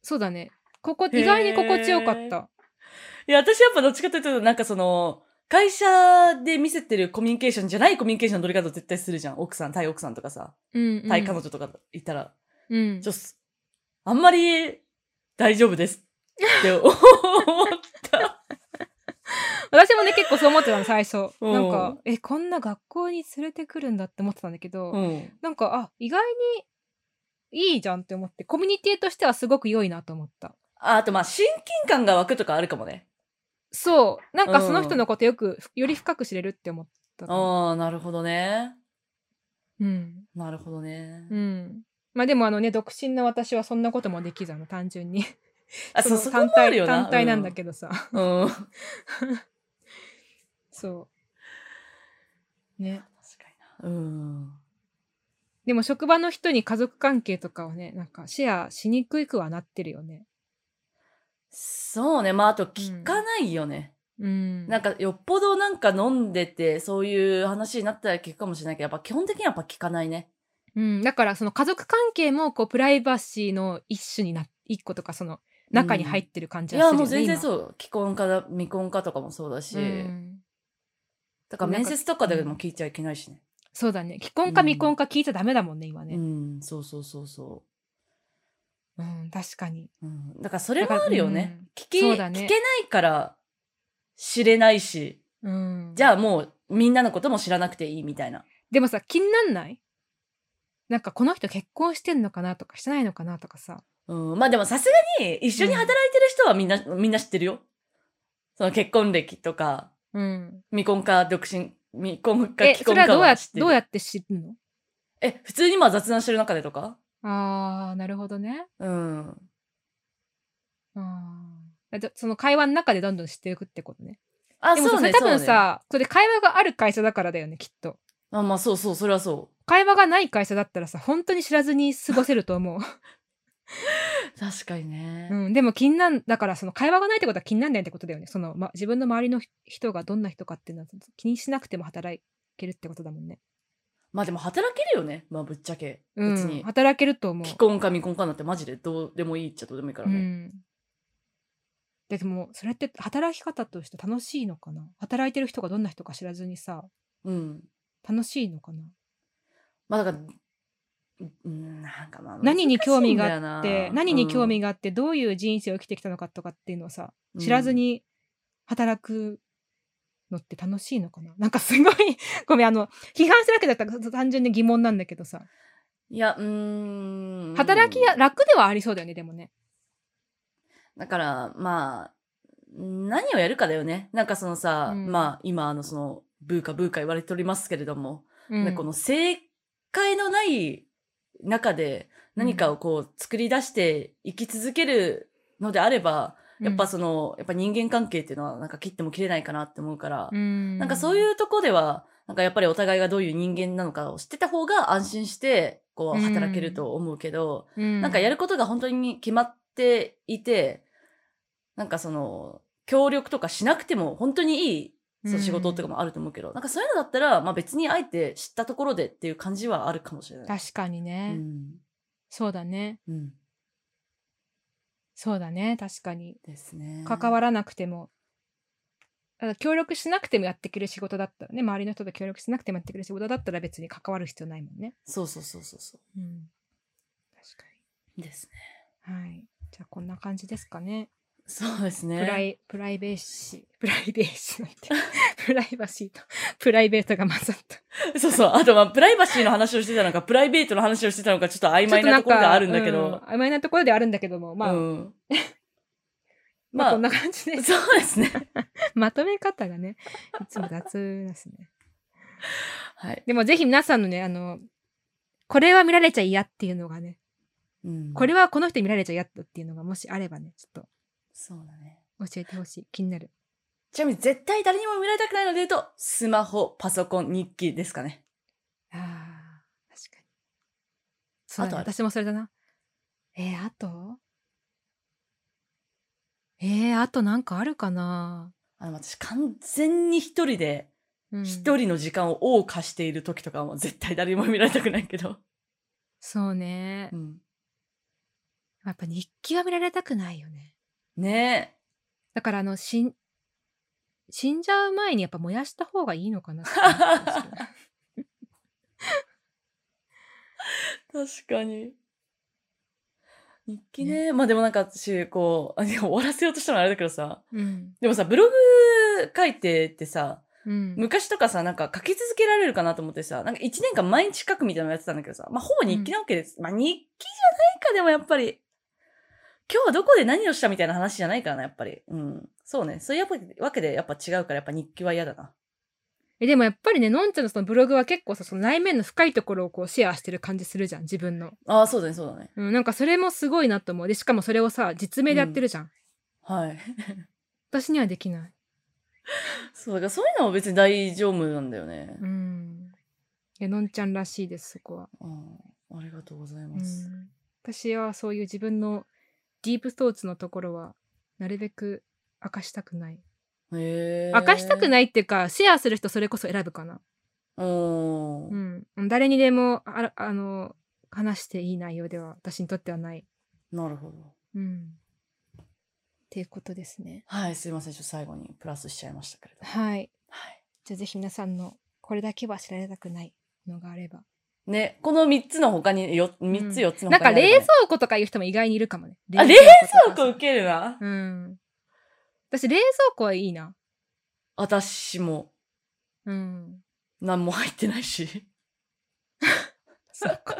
Speaker 3: そうだねここ
Speaker 2: へー
Speaker 3: 意外に心地よかった。
Speaker 2: いや、私やっぱどっちかというと、なんかその、会社で見せてるコミュニケーションじゃないコミュニケーションの取り方を絶対するじゃん。奥さん、対奥さんとかさ、
Speaker 3: うんうん
Speaker 2: 対彼女とかいたら、
Speaker 3: うん
Speaker 2: ちょっと、あんまり大丈夫ですって 思った。
Speaker 3: 私もね結構そう思ってたの最初
Speaker 2: うん
Speaker 3: なんかえこんな学校に連れてくるんだって思ってたんだけど、
Speaker 2: うん。
Speaker 3: なんかあ意外にいいじゃんって思って、コミュニティとしてはすごく良いなと思った。
Speaker 2: ああとまあ親近感が湧くとかあるかもね。
Speaker 3: そう。なんかその
Speaker 2: う
Speaker 3: 人
Speaker 2: ん
Speaker 3: のことよく、より深く知れるって思ったかも。
Speaker 2: ああ、なるほどね。
Speaker 3: うん。
Speaker 2: なるほどね。
Speaker 3: うん。まあでもあのね、独身の私はそんなこともできず、あの、単純に。
Speaker 2: あ、そう、
Speaker 3: の
Speaker 2: そこ
Speaker 3: 単
Speaker 2: もある
Speaker 3: 体、
Speaker 2: よな。
Speaker 3: 単体なんだけどさ。
Speaker 2: ど。うん。
Speaker 3: そう。ね。
Speaker 2: 確かにな。うん。
Speaker 3: でも職場の人に家族関係とかをね、なんかシェアしにくくはなってるよね。
Speaker 2: そうね。まあ、あと聞かないよね。
Speaker 3: うん。
Speaker 2: なんか、よっぽどなんか飲んでて、そういう話になったら聞くかもしれないけど、やっぱ基本的にはやっぱ聞かないね。
Speaker 3: うん、だからその家族関係もこうプライバシーの一種にな一個とかその中に入ってる感
Speaker 2: い
Speaker 3: じが
Speaker 2: や、
Speaker 3: する
Speaker 2: も
Speaker 3: よ
Speaker 2: う
Speaker 3: ね、
Speaker 2: 全然
Speaker 3: う
Speaker 2: そう。既婚かだ未婚かとかもそうだし、
Speaker 3: うん
Speaker 2: だから面接とかでも聞いちゃいけないしね。
Speaker 3: そうだね既婚か未婚か聞いちゃダメだもんね今
Speaker 2: う
Speaker 3: ね、
Speaker 2: ん、そうそうそうそ
Speaker 3: うん確かに
Speaker 2: う。うん、だからそれもあるよね。聞
Speaker 3: そう
Speaker 2: け、
Speaker 3: だね
Speaker 2: 聞けないから知れないし、
Speaker 3: うん
Speaker 2: じゃあもうみんなのことも知らなくていいみたいな。
Speaker 3: でもさ気になんないなんかこの人結婚してんのかなとかしてないのかなとかさ
Speaker 2: うん、まあでもさすがに一緒に働いてる人はみんな、みんな知ってるよ。その結婚歴とか、
Speaker 3: うん
Speaker 2: 未婚か独身、未婚か
Speaker 3: え
Speaker 2: 既
Speaker 3: そ
Speaker 2: 婚
Speaker 3: れは
Speaker 2: か
Speaker 3: どうや
Speaker 2: は知
Speaker 3: っ
Speaker 2: ってる。
Speaker 3: どうやって知るの
Speaker 2: え、普通にまあ雑談してる中でとか
Speaker 3: あーなるほどね
Speaker 2: うん。
Speaker 3: あーだその会話の中でどんどん知っていくってことね
Speaker 2: あ、
Speaker 3: でも
Speaker 2: そう
Speaker 3: それ
Speaker 2: ね。
Speaker 3: 多分
Speaker 2: そうね、
Speaker 3: さそれ会話がある会社だからだよねきっと
Speaker 2: あ、まあそうそう、それはそ
Speaker 3: 会話がない会社だったらさ本当に知らずに過ごせると思う、
Speaker 2: う。確かにね。
Speaker 3: うん、でも気になんだからその会話がないってことは気になんないってことだよねその、ま、自分の周りのひ人がどんな人かっていうのは気にしなくても働けるってことだもんね、
Speaker 2: まあでも働けるよね。まあぶっちゃけ。
Speaker 3: うん、
Speaker 2: 別に。
Speaker 3: 働けると思う
Speaker 2: 既婚か未婚かなんてマジでどうでもいいっちゃどうでもいいから
Speaker 3: う
Speaker 2: ね。
Speaker 3: んででもそれって働き方として楽しいのかな働いてる人がどんな人か知らずにさ
Speaker 2: うん。
Speaker 3: 楽しいのかな
Speaker 2: まあだから、うん、なんかまあ。
Speaker 3: 何に興味が
Speaker 2: あ
Speaker 3: で何に興味があってどういう人生を生きてきたのかとかっていうのをさ知らず、に働くのって楽しいのかな、なんかすごい ごめんあの批判するわけだったら単純に疑問なんだけどさ
Speaker 2: うんいや、うーん。
Speaker 3: 働きや楽ではありそうだよねでもね
Speaker 2: だから、まあ、何をやるかだよね。なんかそのさ、
Speaker 3: うん
Speaker 2: まあ今あのその、ブーカブーカ言われておりますけれども、
Speaker 3: うん
Speaker 2: ねこの正解のない中で何かをこう作り出して生き続けるのであれば、やっぱその、やっぱ人間関係っていうのはなんか切っても切れないかなって思うから、
Speaker 3: うん
Speaker 2: なんかそういうとこでは、なんかやっぱりお互いがどういう人間なのかを知ってた方が安心して、こう
Speaker 3: うん
Speaker 2: 働けると思うけど、
Speaker 3: うん
Speaker 2: なんかやることが本当に決まっていて、なんかその、協力とかしなくても本当にいいその仕事とかもあると思うけど、なんかそういうのだったら、まあ別にあえて知ったところでっていう感じはあるかもしれ
Speaker 3: うん
Speaker 2: ない。
Speaker 3: 確かにね、
Speaker 2: うん。
Speaker 3: そうだね
Speaker 2: うん。
Speaker 3: そうだね確かに
Speaker 2: ですね。
Speaker 3: 関わらなくても、だから協力しなくてもやってくれる仕事だったらね周りの人と協力しなくてもやってくれる仕事だったら別に関わる必要ないもんね、
Speaker 2: そうそうそうそうそ
Speaker 3: うん、確か
Speaker 2: う。ですね。
Speaker 3: にはいじゃあこんな感じですかね
Speaker 2: そうですね。
Speaker 3: プライ、プライベーシー、プライベーシーなんて、 プライバシーと、プライベートが混ざった。
Speaker 2: そうそう。あと、まあ、プライバシーの話をしてたのか、プライベートの話をしてたのか、ちょっと曖昧なところがあるんだけ
Speaker 3: ちょっ
Speaker 2: ど
Speaker 3: となん。かうん曖昧なところではあるんだけども、まあ、
Speaker 2: うんま
Speaker 3: まあ
Speaker 2: あ
Speaker 3: こんな感じで、
Speaker 2: そうですね。
Speaker 3: まとめ方がね、いつも雑ですね。
Speaker 2: はい。
Speaker 3: でもぜひ皆さんのね、あの、これは見られちゃ嫌っていうのがね、
Speaker 2: うん
Speaker 3: これはこの人に見られちゃ嫌だっていうのがもしあればね、ちょっ
Speaker 2: そうだね。
Speaker 3: と教えてほしい。気になる。
Speaker 2: ちなみに、絶対誰にも見られたくないので言うと、スマホ、パソコン、日記ですかね。
Speaker 3: ああ、確かに。そうだね
Speaker 2: あとあ
Speaker 3: 私もそれだな。えー、あとえー、あとなんかあるかな
Speaker 2: あの、私、完全に一人で、
Speaker 3: うん
Speaker 2: 一人の時間を謳歌している時とかも絶対誰にも見られたくないけど。
Speaker 3: そうね
Speaker 2: う。ん、
Speaker 3: やっぱ日記は見られたくないよね。
Speaker 2: ね
Speaker 3: だからあの、死ん、死んじゃう前にやっぱ燃やした方がいいのかなって思ったん ですけど
Speaker 2: え。確かに。日記ね。まあでもなんか私、 こう、あでも終わらせようとしたのはあれだけどさ。
Speaker 3: うん。
Speaker 2: でもさ、ブログ書いてってさ、
Speaker 3: うん
Speaker 2: 昔とかさ、なんか書き続けられるかなと思ってさ、なんか1年間毎日書くみたいなのやってたんだけどさ、まあほぼ日記なわけです。まあ日記じゃないか、でもやっぱり。今日はどこで何をしたみたいな話じゃないからな、やっぱり。うん。そうね。そういうわけでやっぱ違うから、やっぱ日記は嫌だな。
Speaker 3: えでもやっぱりねのんちゃんのそのブログは結構さその内面の深いところをこうシェアしてる感じするじゃん自分の、
Speaker 2: ああ、そうだね、そうだね。
Speaker 3: うん、なんかそれもすごいなと思うでしかもそれをさ実名でやってるじゃん、
Speaker 2: はい。
Speaker 3: 私にはできない
Speaker 2: そう、だからそういうのは別に大丈夫なんだよね。
Speaker 3: うんいやのんちゃんらしいですそこは、
Speaker 2: あありがとうございうます。
Speaker 3: ん、私はそういう自分のディープソーツのところはなるべく明かしたくない
Speaker 2: へえ。
Speaker 3: 明かしたく
Speaker 2: い。
Speaker 3: ないっていうかシェアする人それこそ選ぶかな
Speaker 2: うん
Speaker 3: う。ん誰にでもあらあの話していい内容では私にとってはない
Speaker 2: なるほど。
Speaker 3: うん。っていうことですね。
Speaker 2: はい、すいません。ちょっと最後にプラスしちゃいましたけれど。
Speaker 3: はい。
Speaker 2: はい。
Speaker 3: じゃあぜひ皆さんのこれだけは知られたくないのがあれば。
Speaker 2: ね、この3つの他に、よ3つ4つの他に、
Speaker 3: なんか冷蔵庫とかいう人も意外にいるかもね。
Speaker 2: あ冷
Speaker 3: 蔵
Speaker 2: 庫受けるな。
Speaker 3: うん。私冷蔵庫はいいな。
Speaker 2: 私も
Speaker 3: うん。
Speaker 2: 何も入ってないし。
Speaker 3: そうか。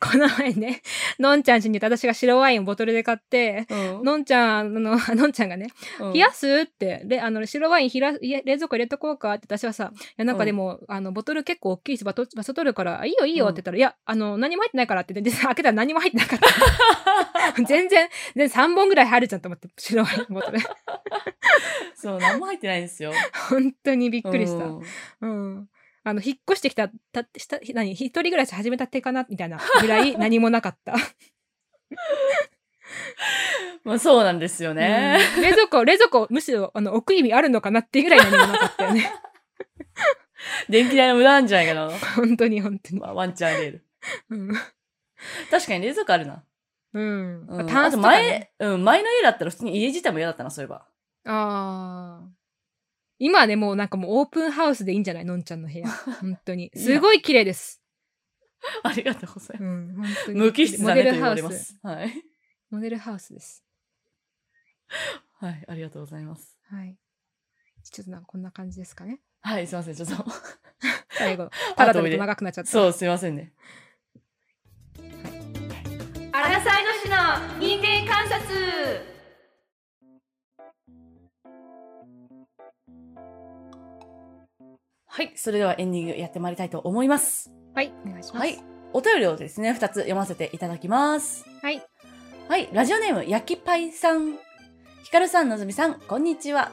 Speaker 3: この前ね、のんちゃんちに行って私が白ワインをボトルで買って、
Speaker 2: うん
Speaker 3: のんちゃんの、 あのんちゃんがね、
Speaker 2: うん
Speaker 3: 冷やすって、で、あの、白ワインひら、いや冷蔵庫入れとこうかって、私はさ、いや、なんかでも、あの、ボトル結構大きいし、場所場所取るから、あいいよいいよって言ったら、いや、あの、何も入ってないからって言って、で開けたら何も入ってな かった。全然、全然3本ぐらい入るじゃんと思って、白ワインボトル。
Speaker 2: そう、何も入ってないんですよ。
Speaker 3: 本当 にびっくりした
Speaker 2: う。ん
Speaker 3: うん。あの、引っ越してきた、た、した、何、一人暮らし始めたてかなみたいなぐら い何もなかった。
Speaker 2: まあそうなんですよね。
Speaker 3: うん冷蔵庫、冷蔵庫、むしろ、あの、置く意味あるのかなっていうぐらい何もなかったよ ね。
Speaker 2: 電気代の無駄なんじゃないかな。
Speaker 3: 本当に、本当に
Speaker 2: ま。あ、ワンチャンレール。
Speaker 3: うん。
Speaker 2: 確かに冷蔵庫あるな。
Speaker 3: うん。
Speaker 2: うん、
Speaker 3: タン
Speaker 2: あ
Speaker 3: ス
Speaker 2: と
Speaker 3: とかね
Speaker 2: 前、うん、前の家だったら普通に家自体も嫌だったな、そういえば。
Speaker 3: ああ。今はね、もうなんかもうオープンハウスでいいんじゃないのんちゃん の部屋。本当に。すごい綺麗です。
Speaker 2: ありがとうございます。
Speaker 3: うん、本当に。
Speaker 2: 無機質だねと言わ
Speaker 3: モ
Speaker 2: れ
Speaker 3: デルハ
Speaker 2: ま
Speaker 3: ウス。
Speaker 2: す。はい。
Speaker 3: モデルハウスです。
Speaker 2: はい、ありがとうございます。
Speaker 3: はい。ちょっとなんかこんな感じですかね。
Speaker 2: はい、すいません、ちょっと。
Speaker 3: 最後。ただ
Speaker 2: 後追
Speaker 3: た
Speaker 2: い
Speaker 3: だ
Speaker 2: で
Speaker 3: と長くなっちゃった。
Speaker 2: そう、すいませんね。
Speaker 4: アラサーの市の人間観察
Speaker 2: はい、それではエンディングやってまいりたいと思います。
Speaker 3: はい。お願いします。
Speaker 2: はい。。お便りをですね、2つ読ませていただきます。
Speaker 3: はい。
Speaker 2: はい、ラジオネーム、焼きパイさん。ひかるさん、のぞみさん、こんにちは。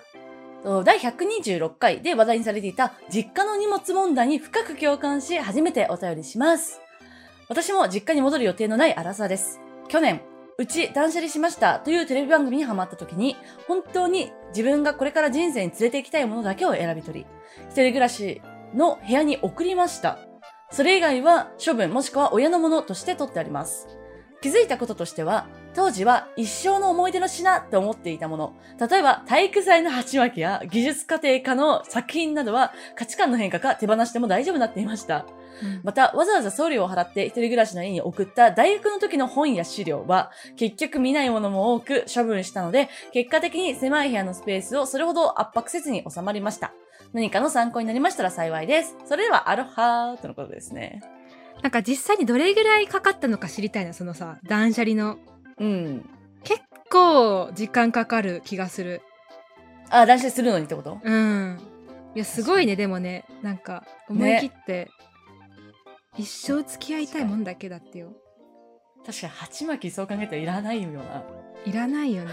Speaker 2: と第126回で話題にされていた実家の荷物問題に深く共感し、初めてお便りします。私も実家に戻る予定のない荒さです。去年、うち断捨離しましたというテレビ番組にハマった時に、本当に自分がこれから人生に連れて行きたいものだけを選び取り、一人暮らしの部屋に送りました。それ以外は処分もしくは親のものとして取ってあります。気づいたこととしては、当時は一生の思い出の品と思っていたもの、例えば体育祭の鉢巻きや技術家庭科の作品などは価値観の変化か手放しても大丈夫になっていました。
Speaker 3: うん
Speaker 2: また、わざわざ送料を払って一人暮らしの家に送った大学の時の本や資料は、結局見ないものも多く処分したので、結果的に狭い部屋のスペースをそれほど圧迫せずに収まりました。何かの参考になりましたら幸いです。それでは、アロハーとのことですね。
Speaker 3: なんか実際にどれぐらいかかったのか知りたいな、そのさ、断捨離の。
Speaker 2: うん。
Speaker 3: 結構時間かかる気がする。
Speaker 2: あ、断捨離するのにってこと
Speaker 3: うん。いや、すごいね、でもね、なんか、思い切って、一生付き合いたいもんだけだってよ。
Speaker 2: 確かに、鉢巻きそう考えたらいらないよな。
Speaker 3: いらない よね。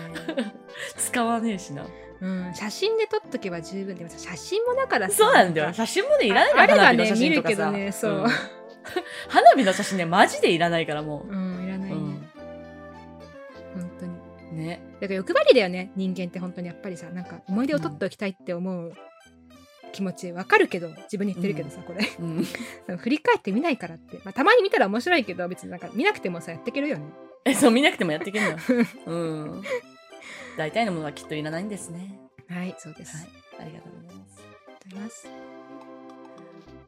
Speaker 2: 使わねえしな。
Speaker 3: うん、写真で撮っとけば十分でもさ写真もだからさ
Speaker 2: そうなんだよ。
Speaker 3: か
Speaker 2: 写真もね、いらない
Speaker 3: ああれば
Speaker 2: 花火の
Speaker 3: ね
Speaker 2: 写
Speaker 3: 見
Speaker 2: 真
Speaker 3: る
Speaker 2: とか
Speaker 3: けど
Speaker 2: さ。
Speaker 3: ねそう、
Speaker 2: ん 花火の写真ね、マジでいらないからも
Speaker 3: うん、いらな
Speaker 2: う。
Speaker 3: い
Speaker 2: う
Speaker 3: ね、
Speaker 2: ん。
Speaker 3: 本当に
Speaker 2: ね。
Speaker 3: だから欲張りだよね人間って本当にやっぱりさなんか思い出を撮っておきたいって思う気持ちわかるけど自分に言ってるけどさ、これ
Speaker 2: うん。
Speaker 3: 振り返って見ないからって、まあ、たまに見たら面白いけど別になんか見なくてもさやっていけるよね
Speaker 2: え、そう、見なくてもやっていけるのよ。うん。大体のものはきっといらないんですね。
Speaker 3: はいそうです、
Speaker 2: はい。ありがとうございます。
Speaker 3: ありがとうございます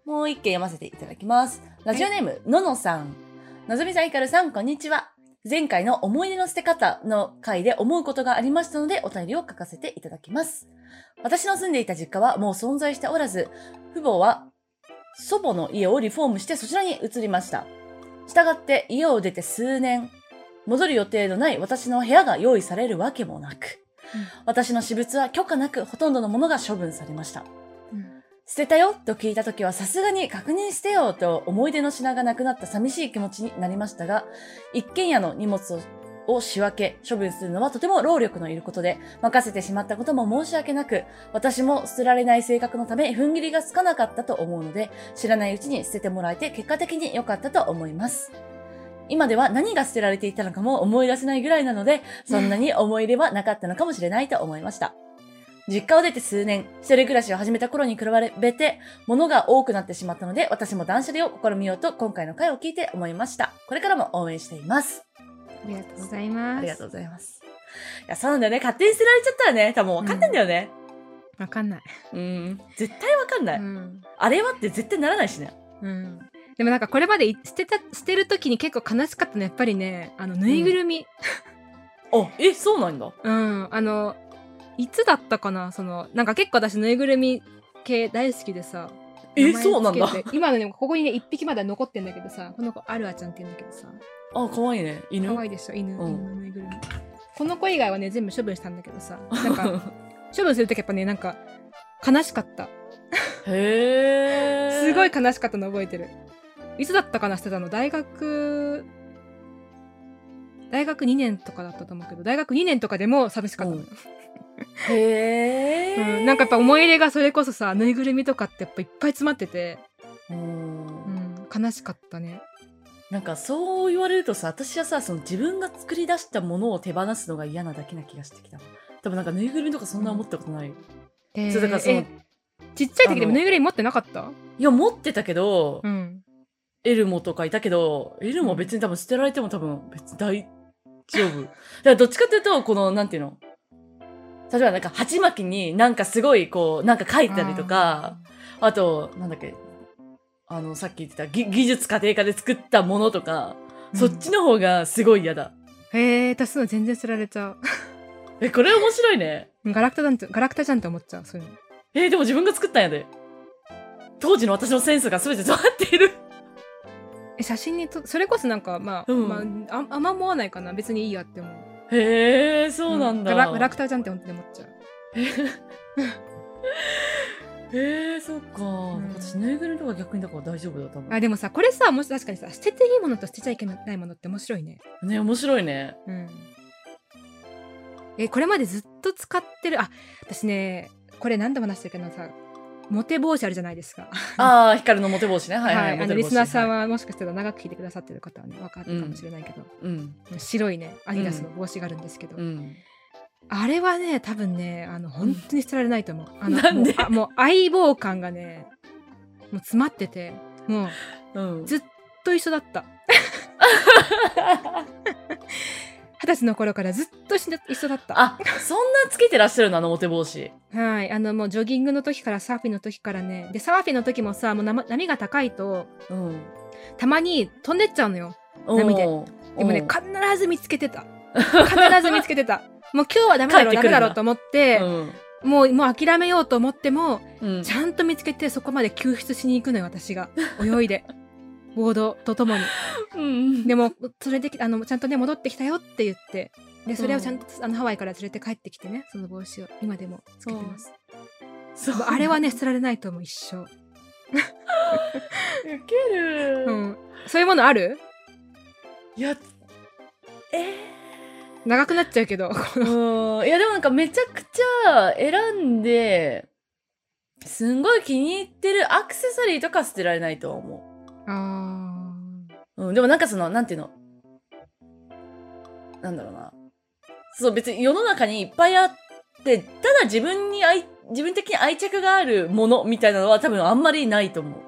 Speaker 2: もう一件読ませていただきます。ラジオネーム、ののさん。のぞみさん、ひかるさん、こんにちは。前回の思い出の捨て方の回で思うことがありましたので、お便りを書かせていただきます。私の住んでいた実家はもう存在しておらず、父母は祖母の家をリフォームしてそちらに移りました。したがって家を出て数年、戻る予定のない私の部屋が用意されるわけもなく、
Speaker 3: うん
Speaker 2: 私の私物は許可なくほとんどのものが処分されました。
Speaker 3: うん
Speaker 2: 捨てたよと聞いた時はさすがに確認してよと思い出の品がなくなった寂しい気持ちになりましたが、一軒家の荷物をを仕分け、処分するのはとても労力のいることで、任せてしまったことも申し訳なく、私も捨てられない性格のため、踏ん切りがつかなかったと思うので、知らないうちに捨ててもらえて、結果的に良かったと思います。今では何が捨てられていたのかも思い出せないぐらいなので、そんなに思い入れはなかったのかもしれないと思いました。実家を出て数年、一人暮らしを始めた頃に比べて、物が多くなってしまったので、私も断捨離を試みようと、今回の回を聞いて思いました。これからも応援しています。
Speaker 3: りがとうございます
Speaker 2: ありがとうございます。いや、そうなんだよね。勝手に捨てられちゃったらね、多分分かってんだよね。
Speaker 3: わかんない、
Speaker 2: うん。絶対分かんない。
Speaker 3: うん
Speaker 2: あれはって絶対ならないしね。
Speaker 3: うん、でもなんかこれまでい捨てた捨てる時に結構悲しかったのやっぱりねあのぬいぐるみ、
Speaker 2: あ、え、そうなんだ。
Speaker 3: うんあのいつだったかなそのなんか結構私ぬいぐるみ系大好きでさ
Speaker 2: え、
Speaker 3: 名前つけて
Speaker 2: そうなんだ。
Speaker 3: 今のねここにね1匹まだ残ってんだけどさこの子アルアちゃんって言うんだけどさ
Speaker 2: あ、可愛いね。犬。
Speaker 3: 可愛いでしょ犬,、
Speaker 2: うん
Speaker 3: 犬のぬいぐるみこの子以外はね全部処分したんだけど さなんか処分する時やっぱねなんか悲しかった
Speaker 2: へー。
Speaker 3: すごい。悲しかったの覚えてるいつだったかなしてたの大学大学2年とかだったと思うけど大学2年とかでも寂しかったの、
Speaker 2: うんへー。
Speaker 3: うんなんかやっぱ思い入れがそれこそさぬいぐるみとかってやっぱいっぱい詰まってて、
Speaker 2: うん
Speaker 3: うん、悲しかったね
Speaker 2: なんかそう言われるとさ、私はさ、その自分が作り出したものを手放すのが嫌なだけな気がしてきた。多分なんかぬいぐるみとかそんな思ったことない。
Speaker 3: で
Speaker 2: そうだからその
Speaker 3: えちっちゃい時で
Speaker 2: あの
Speaker 3: もぬいぐるみ持ってなかった
Speaker 2: いや、持ってたけど、
Speaker 3: うん
Speaker 2: エルモとかいたけど、エルモは別に多分捨てられても多分別に大丈夫。だからどっちかというと、この、なんていうの例えばなんか鉢巻きになんかすごいこう、なんか書いたりとか、あと、なんだっけ、あの、さっき言ってた技技術家庭科で作ったものとか、
Speaker 3: うん
Speaker 2: そっちの方がすごい嫌だ。
Speaker 3: へえ私そういうの全然捨てられちゃう
Speaker 2: え、これ面白いね。
Speaker 3: ガラクタなんてガラクタじゃんって思っちゃうそういうの
Speaker 2: えーでも自分が作ったんやで。当時の私のセンスが全て詰まっている。
Speaker 3: え写真にとそれこそなんかまあ、
Speaker 2: うん
Speaker 3: まあ、ああんま思わないかな別にいいやって思う
Speaker 2: へえ、そうなんだ。
Speaker 3: ガラガラクタじゃんって本当に思っちゃう
Speaker 2: へえ、そっか。
Speaker 3: ん
Speaker 2: 私、ぬいぐるみとか逆にだから大丈夫だと思
Speaker 3: あでもさこれさもし確かにさ捨てていいものと捨てちゃいけないものって面白いね
Speaker 2: う。ね、面白い ね。
Speaker 3: うんえこれまでずっと使ってるあ私ねこれ何度も話してるけどさモテ帽子あるじゃないですか
Speaker 2: ああ、光のモテ帽子ね。はいは。
Speaker 3: はいい
Speaker 2: モ
Speaker 3: あ
Speaker 2: テ
Speaker 3: の
Speaker 2: 帽
Speaker 3: リ
Speaker 2: 子
Speaker 3: スナーさん。はもしかしたら長く聞いてくださってる方はね分かるかもしれないけど、
Speaker 2: いうん。
Speaker 3: 白いねアディダスの帽子があるんですけど、
Speaker 2: うん。
Speaker 3: あれはね多分ねあの本当に捨てられないと思う、あの
Speaker 2: なんで
Speaker 3: もうあもう相棒感がねもう詰まっててもう
Speaker 2: うん。
Speaker 3: ずっと一緒だった二十歳の頃からずっと一緒だ一緒だった
Speaker 2: あ、そんなつけてらっしゃるのあのモテ帽子。
Speaker 3: はいあのもうジョギングの時からサーフィンの時からねでサーフィンの時もさもうなま波が高いと
Speaker 2: うん。
Speaker 3: たまに飛んでっちゃうのよ
Speaker 2: うん
Speaker 3: 波ででもね
Speaker 2: うん
Speaker 3: 必ず見つけてた必ず見つけてたもう今日はダメだろう
Speaker 2: 帰ってく
Speaker 3: ダメ
Speaker 2: るんだ
Speaker 3: だろうと思って、もうもう諦めようと思っても
Speaker 2: うん。うん
Speaker 3: ちゃんと見つけてそこまで救出しに行くのよ私 が泳いでボードとともに
Speaker 2: うん。
Speaker 3: でもそれであのちゃんとね戻ってきたよって言ってでそれをちゃんと、あのハワイから連れて帰ってきてねその帽子を今でもつけてます
Speaker 2: そう
Speaker 3: もうあれはね捨てられないと思う一生、
Speaker 2: ウケる。
Speaker 3: うん、そういうものある
Speaker 2: いや、えー。
Speaker 3: 長くなっちゃうけど
Speaker 2: うんいやでもなんかめちゃくちゃ選んで、すんごい気に入ってるアクセサリーとか捨てられないとは思
Speaker 3: あ
Speaker 2: う。うん、でもなんかその、なんていうのなんだろうな。そう、別に世の中にいっぱいあって、ただ自分に愛、自分的に愛着があるものみたいなのは多分あんまりないと思う。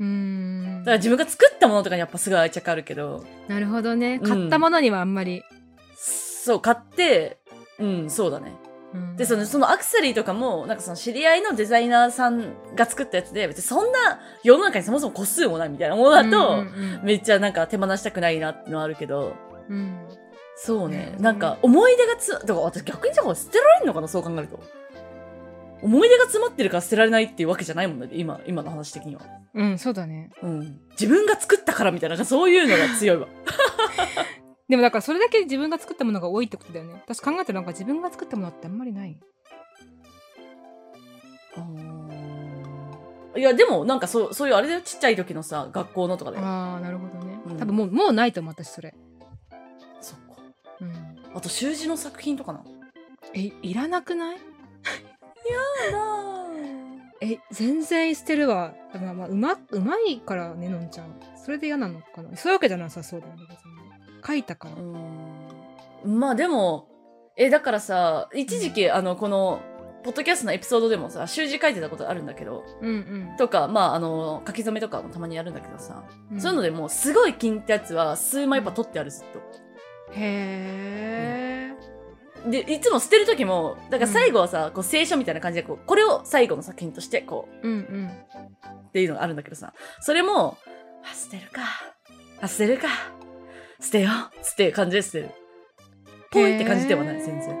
Speaker 3: うーん
Speaker 2: だから自分が作ったものとかにやっぱすごい愛着あるけど、
Speaker 3: なるほどね
Speaker 2: うん
Speaker 3: 買ったものにはあんまり、
Speaker 2: そう、買って、うん、そうだね。
Speaker 3: うん
Speaker 2: でそのそのアクセサリーとかもなんかその知り合いのデザイナーさんが作ったやつで別にそんな世の中にそもそも個数もないみたいなものだと、
Speaker 3: うんうん
Speaker 2: めっちゃなんか手放したくないなってのはあるけど
Speaker 3: うんうん
Speaker 2: そうね
Speaker 3: うん
Speaker 2: なんか思い出がつだから私逆にじゃあこれ捨てられんのかなそう考えると思い出が詰まってるから捨てられないっていうわけじゃないもんね今今の話的には、
Speaker 3: うんそうだね
Speaker 2: うん、自分が作ったからみたいななんかそういうのが 強いわ
Speaker 3: でもだからそれだけ自分が作ったものが多いってことだよね私考えたらなんか自分が作ったものってあんまりない
Speaker 2: いやでもなんかそうそういうあれだよちっちゃい時のさ学校のとかで
Speaker 3: ああなるほどね、
Speaker 2: うん
Speaker 3: 多分もうもうないと思う私それ、
Speaker 2: そっか
Speaker 3: うん、
Speaker 2: あと習字の作品とかな
Speaker 3: えいらなくない
Speaker 2: あ
Speaker 3: え全然捨てるわまあまあうまうまいからねのんちゃんそれで嫌なのかなそういうわけじゃなさそうだよね別に書いたから、
Speaker 2: うんまあでもえだからさ一時期あのこのポッドキャストのエピソードでもさ習字書いてたことあるんだけど
Speaker 3: うんうん
Speaker 2: とかまああの書き初めとかもたまにやるんだけどさ、
Speaker 3: うん
Speaker 2: そういうのでもうすごい金ってやつは数枚やっぱ取ってあるずっ
Speaker 3: へえ、
Speaker 2: とでいつも捨てる時もだから最後はさ、こう聖書みたいな感じでこうこれを最後の作品としてこ
Speaker 3: うん、うん
Speaker 2: うっていうのがあるんだけどさそれもあ捨てるかあ捨てるか捨てよう捨てる感じで捨てるポイって感じではない全然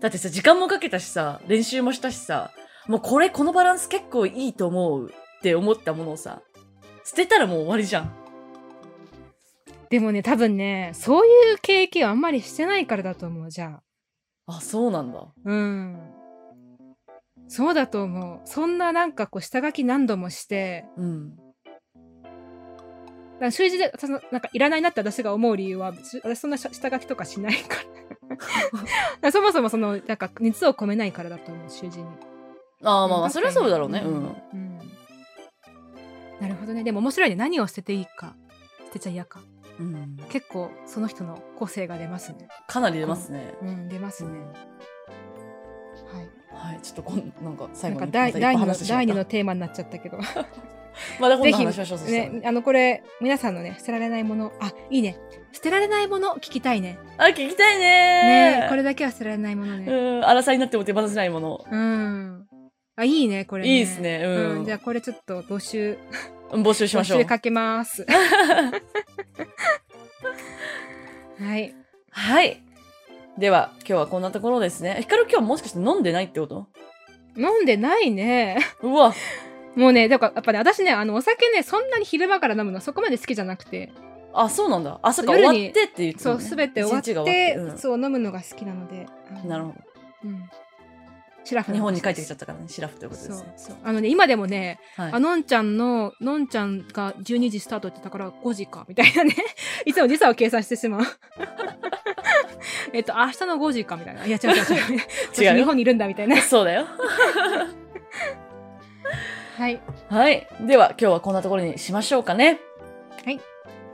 Speaker 2: だってさ、時間もかけたしさ、練習もしたしさ、もうこれ、このバランス結構いいと思うって思ったものをさ、捨てたらもう終わりじゃん。
Speaker 3: でもね多分ねそういう経験をあんまりしてないからだと思うじゃあ
Speaker 2: あ、そうなんだ。
Speaker 3: うんそうだと思うそんななんかこう下書き何度もして
Speaker 2: うん。
Speaker 3: だから習字でそのなんかいらないなって私が思う理由はし私そんな下下書きとかしないからだからそもそもそのなんか熱を込めないからだと思う習字に
Speaker 2: ああ、まあ
Speaker 3: うん
Speaker 2: まあ、
Speaker 3: 確かに
Speaker 2: それはそうだろうね。うん。
Speaker 3: うんなるほどねでも面白いね何を捨てていいか捨てちゃ嫌か
Speaker 2: うん、
Speaker 3: 結構その人の個性が出ますね
Speaker 2: かなり出ますね。
Speaker 3: うん出ますね、は
Speaker 2: は
Speaker 3: い
Speaker 2: い、ちょっとこん、なんか
Speaker 3: な
Speaker 2: 最
Speaker 3: ん
Speaker 2: 後
Speaker 3: か
Speaker 2: にまたい
Speaker 3: 第
Speaker 2: っぱ
Speaker 3: 第
Speaker 2: い
Speaker 3: 二の
Speaker 2: 話してしまっ
Speaker 3: 第
Speaker 2: た
Speaker 3: 二のテーマになっちゃったけど
Speaker 2: まだ今
Speaker 3: ぜ
Speaker 2: 度
Speaker 3: ひ
Speaker 2: 話しましょう、そしたら
Speaker 3: ねあのこれ皆さんのね捨てられないものあいいね捨てられないもの聞きたいね
Speaker 2: あ、聞きたいね
Speaker 3: ねえこれだけは捨てられないものね
Speaker 2: うん、荒さになっても手放せないもの。
Speaker 3: うんあいいねこれね
Speaker 2: いいですねうん
Speaker 3: じゃあこれちょっと募集
Speaker 2: うん募集しましょ
Speaker 3: 募
Speaker 2: う
Speaker 3: 集。かけます はい
Speaker 2: はい。では、今日はこんなところですね。ヒカル今日もしかして飲んでないってこと
Speaker 3: 飲んでないね
Speaker 2: うわ、
Speaker 3: もうねだからやっぱね私ねあのお酒ねそんなに昼間から飲むのそこまで好きじゃなくて
Speaker 2: あ、そうなんだ。あ、そっか、終
Speaker 3: 夜
Speaker 2: わ
Speaker 3: に
Speaker 2: ってって言ってた
Speaker 3: そ
Speaker 2: もん
Speaker 3: う
Speaker 2: ね
Speaker 3: すべて終わっ
Speaker 2: 一日
Speaker 3: て
Speaker 2: が終わって
Speaker 3: そう飲むのが好きなので
Speaker 2: うんなる
Speaker 3: ほ
Speaker 2: ほ
Speaker 3: ど、うん、シラフ
Speaker 2: ど。
Speaker 3: の
Speaker 2: 日
Speaker 3: 話
Speaker 2: 本に帰って
Speaker 3: で
Speaker 2: きち
Speaker 3: す
Speaker 2: ゃったからね、シラフということで
Speaker 3: そ
Speaker 2: す
Speaker 3: う
Speaker 2: ね。
Speaker 3: そうあのね今でもね
Speaker 2: はい
Speaker 3: あ。のんちゃんののんちゃんが12時スタートって言ったから5時かみたいなね いつも時差を計算してしまう えっと明日の5時かみたいないや違う違う違う 私
Speaker 2: 違うよ
Speaker 3: 日本にいるんだみたいな
Speaker 2: そうだよ。
Speaker 3: はい
Speaker 2: はい。では、今日はこんなところにしましょうかね。
Speaker 3: はい。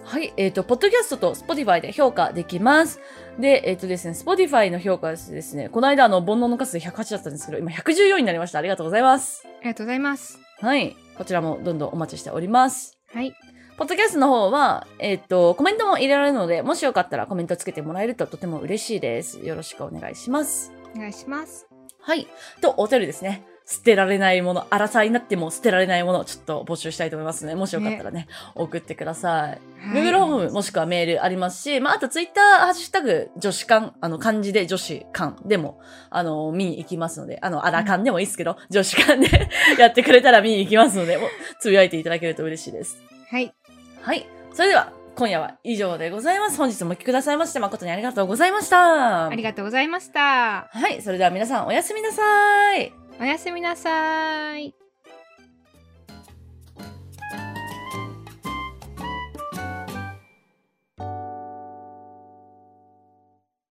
Speaker 2: はい。えっ、と、ポッドキャストと Spotify で評価できます。で、えっ、とですね、Spotify の評価はですね、この間、あの、煩悩の数で108だったんですけど、今114になりました。ありがとうございます
Speaker 3: あ。りがとうございます
Speaker 2: はい。こちらもどんどんお待ちしております。
Speaker 3: はい
Speaker 2: ポッドキャストの方は、えっ、と、コメントも入れられるので、もしよかったらコメントつけてもらえるととても嬉しいです。よろしくお願いします。
Speaker 3: お願いします
Speaker 2: はい。と、お便りですね。捨てられないもの、荒さになっても捨てられないもの、ちょっと募集したいと思いますので、もしよかったらね、送ってください。
Speaker 3: はい
Speaker 2: Google ホームもしくはメールありますし、まあ、あと Twitter、ハッシュタグ、女子館、あの、漢字で女子館でも、あの、見に行きますので、あの、あら館でもいいですけど、女子館で やってくれたら見に行きますので、もうつぶやいていただけると嬉しいです。
Speaker 3: はい
Speaker 2: はい。それでは、今夜は以上でございます。本日もお聞きくださいまして、誠にありがとうございました。
Speaker 3: ありがとうございました
Speaker 2: はい。それでは皆さん、おやすみなさい。
Speaker 3: おやすみなさーい